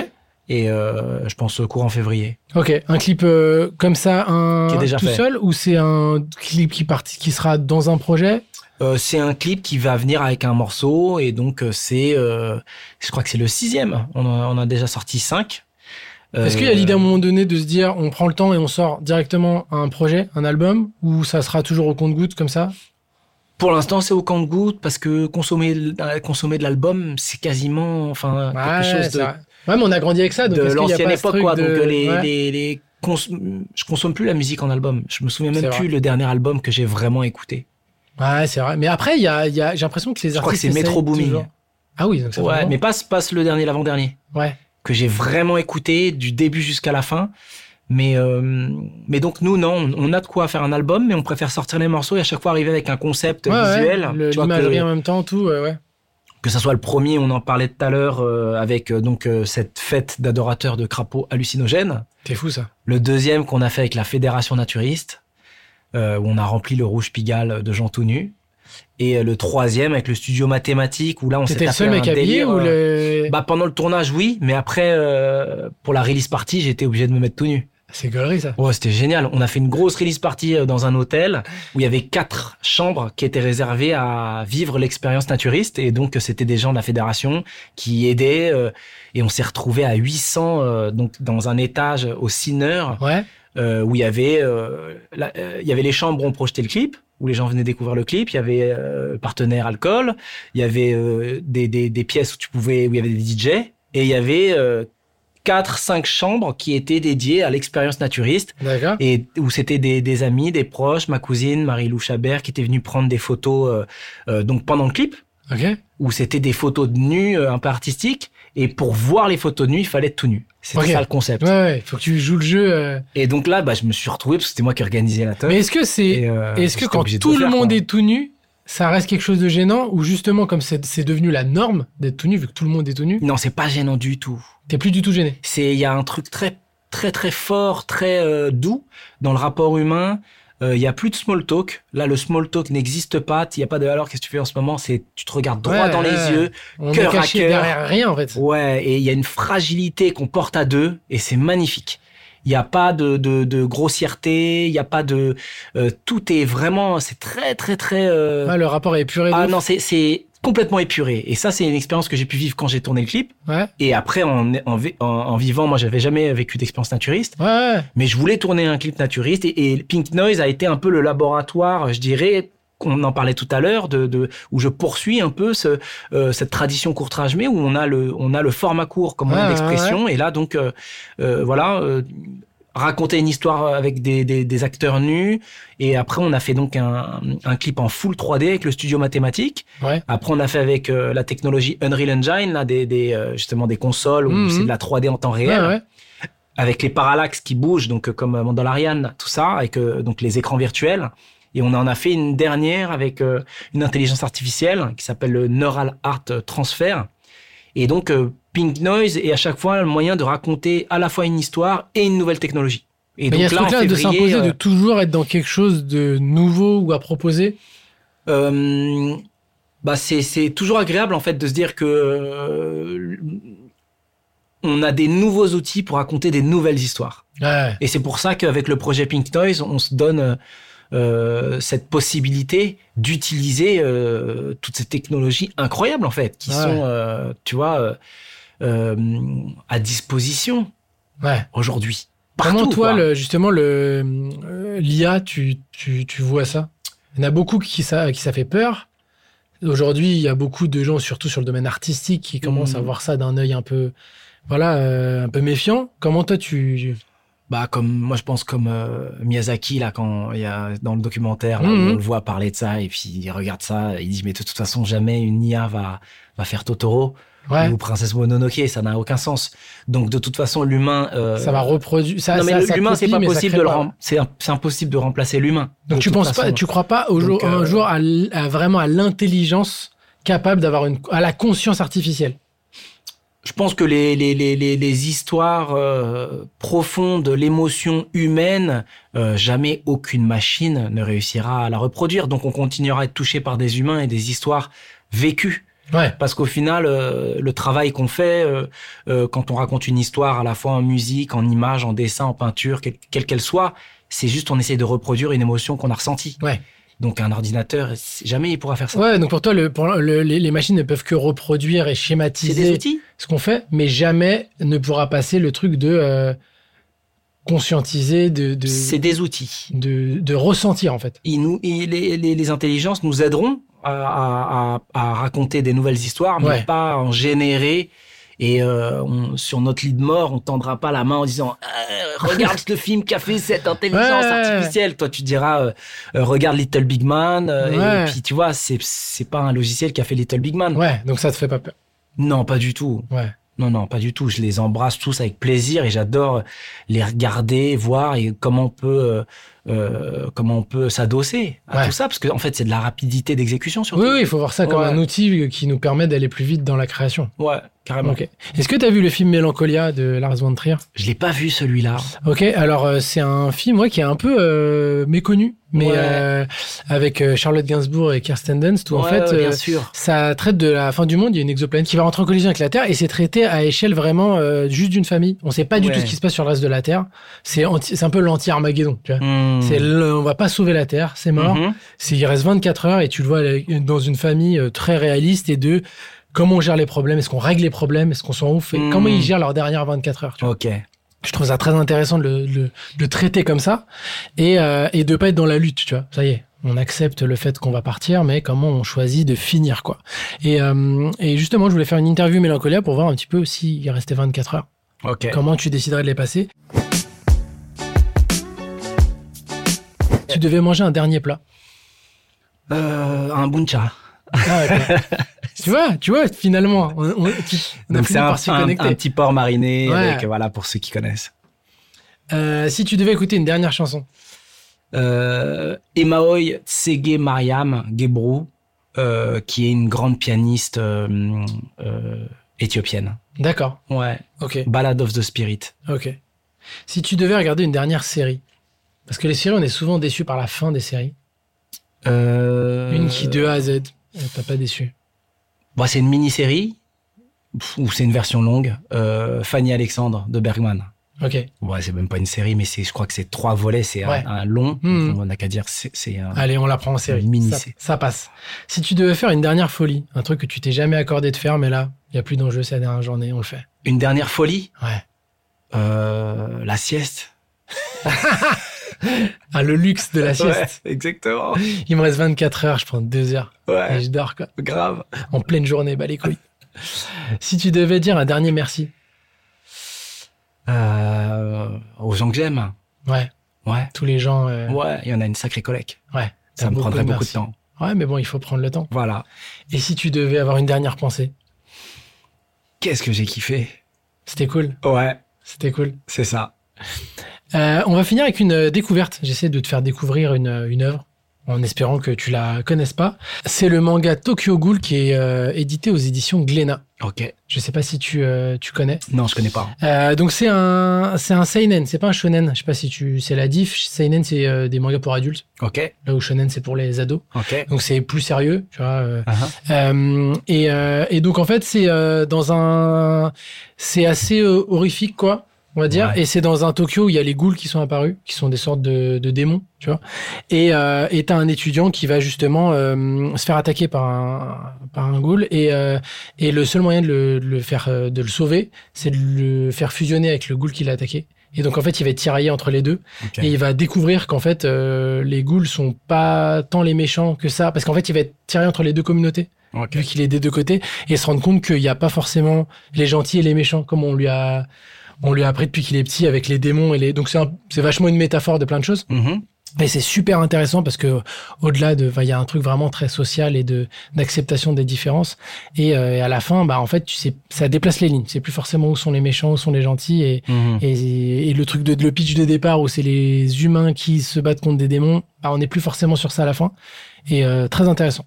Et euh, je pense euh, courant février.
Ok, un clip euh, comme ça, un
Qui est déjà
tout
fait.
seul, ou c'est un clip qui parti, qui sera dans un projet.
Euh, c'est un clip qui va venir avec un morceau et donc euh, c'est, euh, je crois que c'est le sixième. On en on a déjà sorti cinq. Euh,
Est-ce qu'il y a l'idée à un moment donné de se dire, on prend le temps et on sort directement un projet, un album, ou ça sera toujours au compte-goutte comme ça
Pour l'instant, c'est au compte-goutte parce que consommer, l- euh, consommer de l'album, c'est quasiment, enfin, quelque chose
c'est
de
vrai. Ouais, mais on a grandi avec ça, Ah, donc
de
est-ce qu'il y a
l'ancienne
pas ce
époque,
truc
quoi.
de-
Donc, euh, les,
ouais.
les, les cons- je consomme plus la musique en album. Je me souviens même
C'est
plus le dernier album que j'ai vraiment écouté.
Ouais, c'est vrai. Mais après, il y a, il y a- j'ai l'impression que les artistes.
Je crois que c'est
essayent
Metro Booming.
toujours. Ah oui, donc ça fait
Ouais,
longtemps.
mais passe, passe le dernier, l'avant-dernier,
Ouais.
que j'ai vraiment écouté du début jusqu'à la fin. Mais, euh, mais donc nous, non, on- on a de quoi faire un album, mais on préfère sortir les morceaux et à chaque fois arriver avec un concept
Ouais, ouais,
visuel.
le-
tu vois,
L'imagerie hein.
que,
en même temps, tout, ouais, ouais.
que ça soit le premier, on en parlait tout à l'heure, euh, avec euh, donc euh, cette fête d'adorateurs de crapauds hallucinogènes.
C'est fou ça.
Le deuxième qu'on a fait avec la Fédération Naturiste, euh, où on a rempli le Rouge Pigalle de gens tout nus. Et euh, le troisième avec le studio mathématique, où là on s'est
C'était le
tapé
seul
un
mec habillé
délire,
ou
euh,
le.
bah pendant le tournage oui, mais après euh, pour la release party j'étais obligé de me mettre tout nu.
C'est galerie ça.
Ouais c'était génial. On a fait une grosse release party euh, dans un hôtel où il y avait quatre chambres qui étaient réservées à vivre l'expérience naturiste et donc euh, c'était des gens de la fédération qui aidaient euh, et on s'est retrouvé à 800 euh, donc dans un étage au Cineur
Ouais.
euh, où il y avait euh, la- euh, il y avait les chambres où on projetait le clip où les gens venaient découvrir le clip il y avait euh, partenaire alcool il y avait euh, des, des, des pièces où tu pouvais où il y avait des DJ et il y avait euh, quatre cinq chambres qui étaient dédiées à l'expérience naturiste
D'accord.
et où c'était des, des amis des proches ma cousine Marie-Lou Chabert qui était venue prendre des photos euh, euh, donc pendant le clip
Ok.
où c'était des photos de nu euh, un peu artistiques et pour voir les photos de nu il fallait être tout nu c'était
Ok.
ça le concept
Ouais, ouais. Faut que tu joues le jeu. euh.
et donc là bah je me suis retrouvé parce que c'était moi qui organisais la teuf
Mais est-ce que c'est.
et, euh,
Est-ce que
j'étais
quand
obligé de
tout le
faire,
monde
quoi.
est tout nu, ça reste quelque chose de gênant ou justement comme c'est c'est devenu la norme d'être tout nu vu que tout le monde est tout nu,
Non, c'est pas gênant du tout.
t'es plus du tout gêné.
C'est il y a un truc très très très fort, très euh, doux dans le rapport humain. Euh, Il y a plus de small talk. Là, le small talk n'existe pas. Il y a pas de alors qu'est-ce que tu fais en ce moment C'est tu te regardes droit
Ouais,
dans
ouais.
les yeux.
On
Cœur
est
à
caché
cœur.
derrière rien en fait.
Ouais, et il y a une fragilité qu'on porte à deux et c'est magnifique. Il n'y a pas de, de, de grossièreté. Il n'y a pas de euh, tout est vraiment. C'est très très très. euh,
Ouais, le rapport est épuré. de
ah
ouf.
non, c'est c'est complètement épuré. Et ça, c'est une expérience que j'ai pu vivre quand j'ai tourné le clip.
Ouais.
Et après, en, en, vi- en- en vivant, moi, j'avais jamais vécu d'expérience naturiste,
Ouais, ouais.
mais je voulais tourner un clip naturiste. Et, et Pink Noise a été un peu le laboratoire, je dirais, qu'on en parlait tout à l'heure, de, de- où je poursuis un peu ce, euh, cette tradition court mais où on a le, on a le format court comme
Ouais,
moyen
ouais,
d'expression. Et là, donc, euh, euh, voilà. euh, raconter une histoire avec des, des- des acteurs nus et après on a fait donc un, un clip en full 3D avec le studio mathématique
Ouais.
après, on a fait avec euh, la technologie Unreal Engine, là, des, des, euh, justement des consoles où
Mhm.
c'est de la 3D en temps réel,
Ouais, ouais.
avec les parallaxes qui bougent, donc euh, comme euh, Mandalorian, tout ça, avec euh, donc les écrans virtuels. Et on en a fait une dernière avec euh, une intelligence artificielle qui s'appelle le Neural Art Transfer. Et donc, euh, Pink Noise est à chaque fois le moyen de raconter à la fois une histoire et une nouvelle technologie. Et
Mais il y a ce
en
truc-là de
février,
s'imposer,
euh,
de toujours être dans quelque chose de nouveau ou à proposer.
Euh, bah c'est c'est toujours agréable en fait de se dire que euh, on a des nouveaux outils pour raconter des nouvelles histoires.
Ouais.
Et c'est pour ça qu'avec le projet Pink Noise, on se donne euh, cette possibilité d'utiliser euh, toutes ces technologies incroyables en fait qui
Ah Ouais.
sont euh, tu vois euh, euh, à disposition
Ouais.
aujourd'hui.
Comment
Partout,
toi,
quoi.
le, justement, le euh, l'IA, tu, tu, tu vois ça Il y en a beaucoup qui ça, qui ça fait peur. Aujourd'hui, il y a beaucoup de gens, surtout sur le domaine artistique, qui commencent
Mhm.
à voir ça d'un œil un peu, voilà, euh, un peu méfiant. Comment toi, tu
Bah comme moi je pense comme euh, Miyazaki là quand il y a dans le documentaire là,
Mhm.
où on le voit parler de ça et puis il regarde ça il dit mais de toute façon jamais une IA va va faire Totoro
ouais,
ou Princesse Mononoke ça n'a aucun sens donc de toute façon l'humain euh,
ça va reproduire ça,
non mais
ça-
le-
ça
l'humain c'est
copie,
pas
mais ça
possible
crée
de le
pas.
rem- c'est un- c'est impossible de remplacer l'humain
Donc
de
tu
toute
penses
façon.
pas, tu crois pas au
Donc,
jour, un
euh,
jour à, l- à vraiment à l'intelligence capable d'avoir une à la conscience artificielle.
je pense que les les les les, les histoires euh, profondes l'émotion humaine euh, jamais aucune machine ne réussira à la reproduire donc on continuera à être touché par des humains et des histoires vécues
Ouais.
Parce qu'au final, euh, le travail qu'on fait, euh, euh, quand on raconte une histoire à la fois en musique, en image, en dessin, en peinture, quelle quelle qu'elle soit, c'est juste on essaie de reproduire une émotion qu'on a ressentie.
Ouais.
Donc un ordinateur, c'est- jamais il pourra faire ça.
Ouais, donc pour toi, le, pour le- les, les machines ne peuvent que reproduire et
C'est des
schématiser
outils.
ce qu'on fait, mais jamais ne pourra passer le truc de euh, conscientiser, de, de,
C'est des outils.
de, de ressentir en fait.
Ils nous, ils- les, les- les intelligences nous aideront à, à- à- à raconter des nouvelles histoires, mais
Ouais.
pas à en générer. Et euh, on- sur notre lit de mort, on tendra pas la main en disant Euh, regarde le film qu'a fait cette intelligence
Ouais.
artificielle. Toi, tu diras euh, euh, regarde Little Big Man. euh,
Ouais.
Et puis tu vois, c'est c'est pas un logiciel qui a fait Little Big Man.
Ouais, donc ça te fait pas peur.
Non, pas du tout.
Ouais.
Non, non, pas du tout. Je les embrasse tous avec plaisir et j'adore les regarder, voir et comment on peut, euh, euh, comment on peut s'adosser à
Ouais.
tout ça, parce que en fait, c'est de la rapidité d'exécution surtout.
Oui, oui, il faut voir ça comme
Ouais.
un outil qui nous permet d'aller plus vite dans la création.
Ouais, carrément.
Ok. Est-ce que tu as vu le film Mélancolia de Lars von Trier
Je l'ai pas vu celui-là.
Ok, alors euh, c'est un film ouais, qui est un peu euh, méconnu, mais
Ouais.
euh, avec euh, Charlotte Gainsbourg et Kirsten Dunst, où en
Ouais,
fait
ouais, bien
euh,
sûr.
ça traite de la fin du monde. Il y a une exoplanète qui va rentrer en collision avec la Terre et c'est traité à échelle vraiment euh, juste d'une famille. On sait pas du
Ouais.
tout ce qui se passe sur le reste de la Terre. C'est anti- c'est un peu l'anti-Armageddon. Tu vois,
Hmm.
c'est le- on va pas sauver la Terre, c'est mort.
Mhm.
C'est- Il reste 24 heures et tu le vois avec- dans une famille euh, très réaliste et de comment on gère les problèmes, est-ce qu'on règle les problèmes, est-ce qu'on s'en ouf, et
Mm.
comment ils gèrent leurs dernières 24 heures. tu vois.
Ok.
Je trouve ça très intéressant de le, de- de le traiter comme ça et, euh, et de pas être dans la lutte, tu vois. Ça y est. On accepte le fait qu'on va partir, mais comment on choisit de finir, quoi. Et, euh, et justement, je voulais faire une interview Mélancolia pour voir un petit peu s'il restait 24 heures.
Ok.
Comment tu déciderais de les passer Tu devais manger un dernier plat.
Euh, un buncha.
Ah, ok. tu vois, tu vois, finalement, on, on- tu- on a fini
Donc c'est un,
par s'y
un-
connecter.
un petit porc mariné
Ouais.
avec voilà pour ceux qui connaissent.
Euh, si tu devais écouter une dernière chanson,
Euh, Emaoy Tsege Mariam Gebrou, euh, qui est une grande pianiste euh, euh, éthiopienne.
d'accord,
Ouais.
ok,
Ballad of the Spirit.
ok. Si tu devais regarder une dernière série, parce que les séries, on est souvent déçus par la fin des séries.
Euh,
Une qui de A à Z, euh, t'as pas déçu.
Bon, c'est une mini-série pff, ou c'est une version longue. euh, Fanny Alexandre de Bergman.
Ok.
Ouais, c'est même pas une série, mais c'est, je crois que c'est trois volets, c'est un-
Ouais.
un, long.
Mhm.
Donc, On n'a qu'à dire, c'est, c'est un-
Allez, on la prend en série.
Mini
ça,
série.
ça passe. Si tu devais faire une dernière folie, un truc que tu t'es jamais accordé de faire, mais là, il y a plus d'enjeu, c'est la dernière journée, on le fait.
une dernière folie.
Ouais.
Euh, la sieste.
Ah, le luxe de la sieste.
Ouais, exactement.
Il me reste 24 heures, je prends deux heures et
Ouais,
je dors, quoi.
grave.
en pleine journée, bah les couilles. si tu devais dire un dernier merci.
Euh, aux gens que j'aime.
Ouais,
Ouais.
tous les gens. euh,
Ouais, il y en a une sacrée collecte.
ouais,
Ça
t'as
me prendrait beaucoup de
merci.
temps.
Ouais, mais bon, il faut prendre le temps.
Voilà.
Et si tu devais avoir une dernière pensée,
Qu'est-ce que j'ai kiffé.
c'était cool,
Ouais,
c'était cool.
c'est ça.
Euh, on va finir avec une euh, découverte. J'essaie de te faire découvrir une, euh, une œuvre en espérant que tu la connaisses pas. C'est le manga Tokyo Ghoul qui est euh, édité aux éditions Glénat.
Ok.
Je sais pas si tu, euh, tu connais.
Non, je connais pas.
Euh, donc c'est un c'est un seinen, c'est pas un shonen. Je sais pas si tu c'est la diff. Seinen c'est euh, des mangas pour adultes.
Ok.
Là où shonen c'est pour les ados.
Ok.
Donc c'est plus sérieux, tu vois. euh.
Uh-huh.
Euh, et, euh, et donc en fait c'est euh, dans un, c'est assez euh, horrifique quoi, on va dire.
Ouais.
Et c'est dans un Tokyo où il y a les ghouls qui sont apparus, qui sont des sortes de, de démons, tu vois. Et euh, et t'as un étudiant qui va justement euh, se faire attaquer par un par un ghoul et euh, et le seul moyen de le, de le faire euh, de le sauver, c'est de le faire fusionner avec le ghoul qui l'a attaqué. Et donc en fait il va être tiraillé entre les deux.
Ok.
Et il va découvrir qu'en fait, euh, les ghouls sont pas tant les méchants que ça, parce qu'en fait, il va être tiré entre les deux communautés,
Ok.
vu qu'il est des deux côtés, et se rendre compte qu'il n'y a pas forcément les gentils et les méchants, comme on lui a, on lui a appris depuis qu'il est petit avec les démons et les. Donc c'est un- c'est vachement une métaphore de plein de choses.
Mhm.
Et c'est super intéressant parce que au-delà de, enfin, il y a un truc vraiment très social et de d'acceptation des différences. Et, euh, et à la fin, bah en fait, tu sais, ça déplace les lignes. C'est plus forcément où sont les méchants, où sont les gentils. Et,
Mhm.
et, et le truc de le pitch de départ où c'est les humains qui se battent contre des démons, bah, on n'est plus forcément sur ça à la fin. Et euh, très intéressant.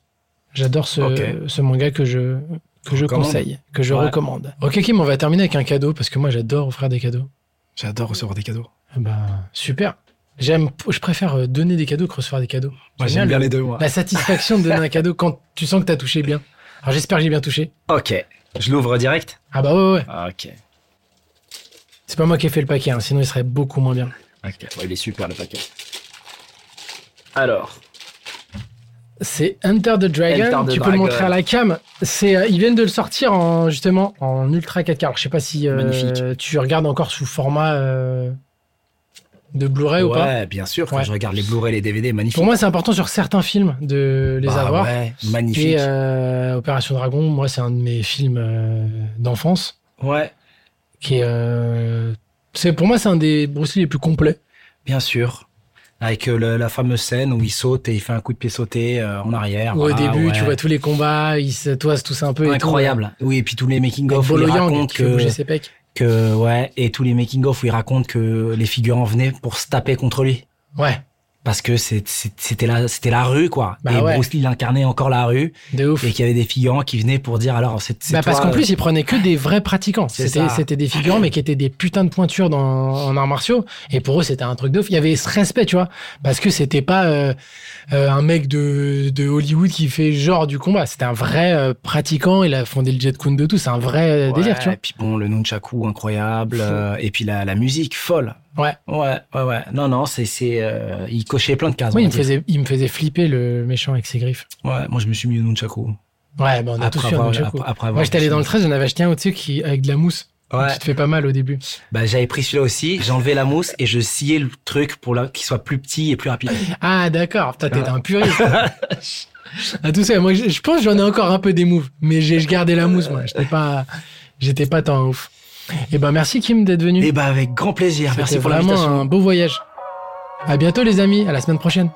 J'adore ce,
Ok.
ce manga que je que je
Recommande.
conseille, que je
Ouais.
recommande. Ok Kim, on va terminer avec un cadeau parce que moi j'adore offrir des cadeaux.
J'adore recevoir des cadeaux.
Ah Bah super. J'aime, je préfère euh, donner des cadeaux que recevoir des cadeaux. J'aime
Moi, j'aime
bien
bien les deux, moi.
La satisfaction de donner un cadeau quand tu sens que t'as touché bien. Alors j'espère que j'ai bien touché.
Ok. Je l'ouvre direct.
Ah bah ouais, ouais, ouais.
Ok.
C'est pas moi qui ai fait le paquet, hein, sinon il serait beaucoup moins bien.
Ok. Ouais, il est super le paquet. Alors.
C'est Enter the Dragon.
Enter the
tu peux le
Dragon.
montrer à la cam. C'est, euh, ils viennent de le sortir en justement en ultra 4K. Alors je sais pas si euh,
Magnifique.
tu regardes encore sous format euh, de Blu-ray ou pas.
bien sûr. Quand
Ouais.
je regarde les Blu-ray, les DVD, magnifique.
Pour moi, c'est important sur certains films de les
Bah
avoir.
ouais, magnifique.
Et euh, Opération Dragon, moi, c'est un de mes films euh, d'enfance
Ouais,
qui est, euh, c'est pour moi c'est un des Bruce Lee les plus complets.
bien sûr. avec euh, le- la fameuse scène où il saute et il fait un coup de pied sauté euh, en arrière.
Ou au
voilà,
début,
ouais.
tu vois tous les combats, ils se toisent tous un peu. et tout.
Incroyable. Oui, et puis tous les making-of où
Bolo
il
Yang
raconte
qui fait bouger
que,
ses pecs.
que, ouais, et tous les making-of où il raconte que les figurants venaient pour se taper contre lui.
Ouais,
Parce que c'est- c'est- c'était la, c'était la rue, quoi.
Bah
et
ouais.
Bruce Lee il incarnait encore la rue
de ouf.
et qu'il y avait des figurants qui venaient pour dire alors c'est c'est
Bah parce
toi,
qu'en
euh,
plus, ils prenaient que des vrais pratiquants.
C'est
C'était
ça.
c'était des figurants, mais qui étaient des putains de pointures dans, en arts martiaux. Et pour eux, c'était un truc de ouf. Il y avait ce respect, tu vois. Parce que c'était pas euh, euh, un mec de, de Hollywood qui fait genre du combat. C'était un vrai euh, pratiquant. Il a fondé le Jet Kun de tout. C'est un vrai euh, délire,
ouais,
tu vois.
Et puis bon, le nunchaku incroyable,
Fou.
euh, et puis la, la musique folle.
Ouais.
Ouais, ouais, ouais. Non, non, c'est, c'est, euh, il cochait plein de cases.
Moi,
on
il me,
va dire.
faisait, il me faisait flipper le méchant avec ses griffes.
Ouais, moi je me suis mis au nunchaku.
Ouais, bah on a
Après
tous eu un
avoir-
nunchaku.
après- après avoir-
Moi, j'étais allé dans le 13, j'en avais acheté un au-dessus qui, avec de la mousse.
Ouais.
Tu te fais pas mal au début.
Bah, j'avais pris celui-là aussi, j'enlevais la mousse et je sciais le truc pour la- qu'il soit plus petit et plus rapide.
Ah, d'accord. Putain, t'étais un puriste. ah, tout ça. Moi, je, je pense que j'en ai encore un peu des moves, mais j'ai je gardais la mousse, moi. J'étais pas, j'étais pas tant ouf. Eh ben, merci Kim d'être venu.
et bah, avec Eh grand plaisir. Merci pour
vraiment
l'invitation.
un beau voyage. À bientôt, les amis. À la semaine prochaine.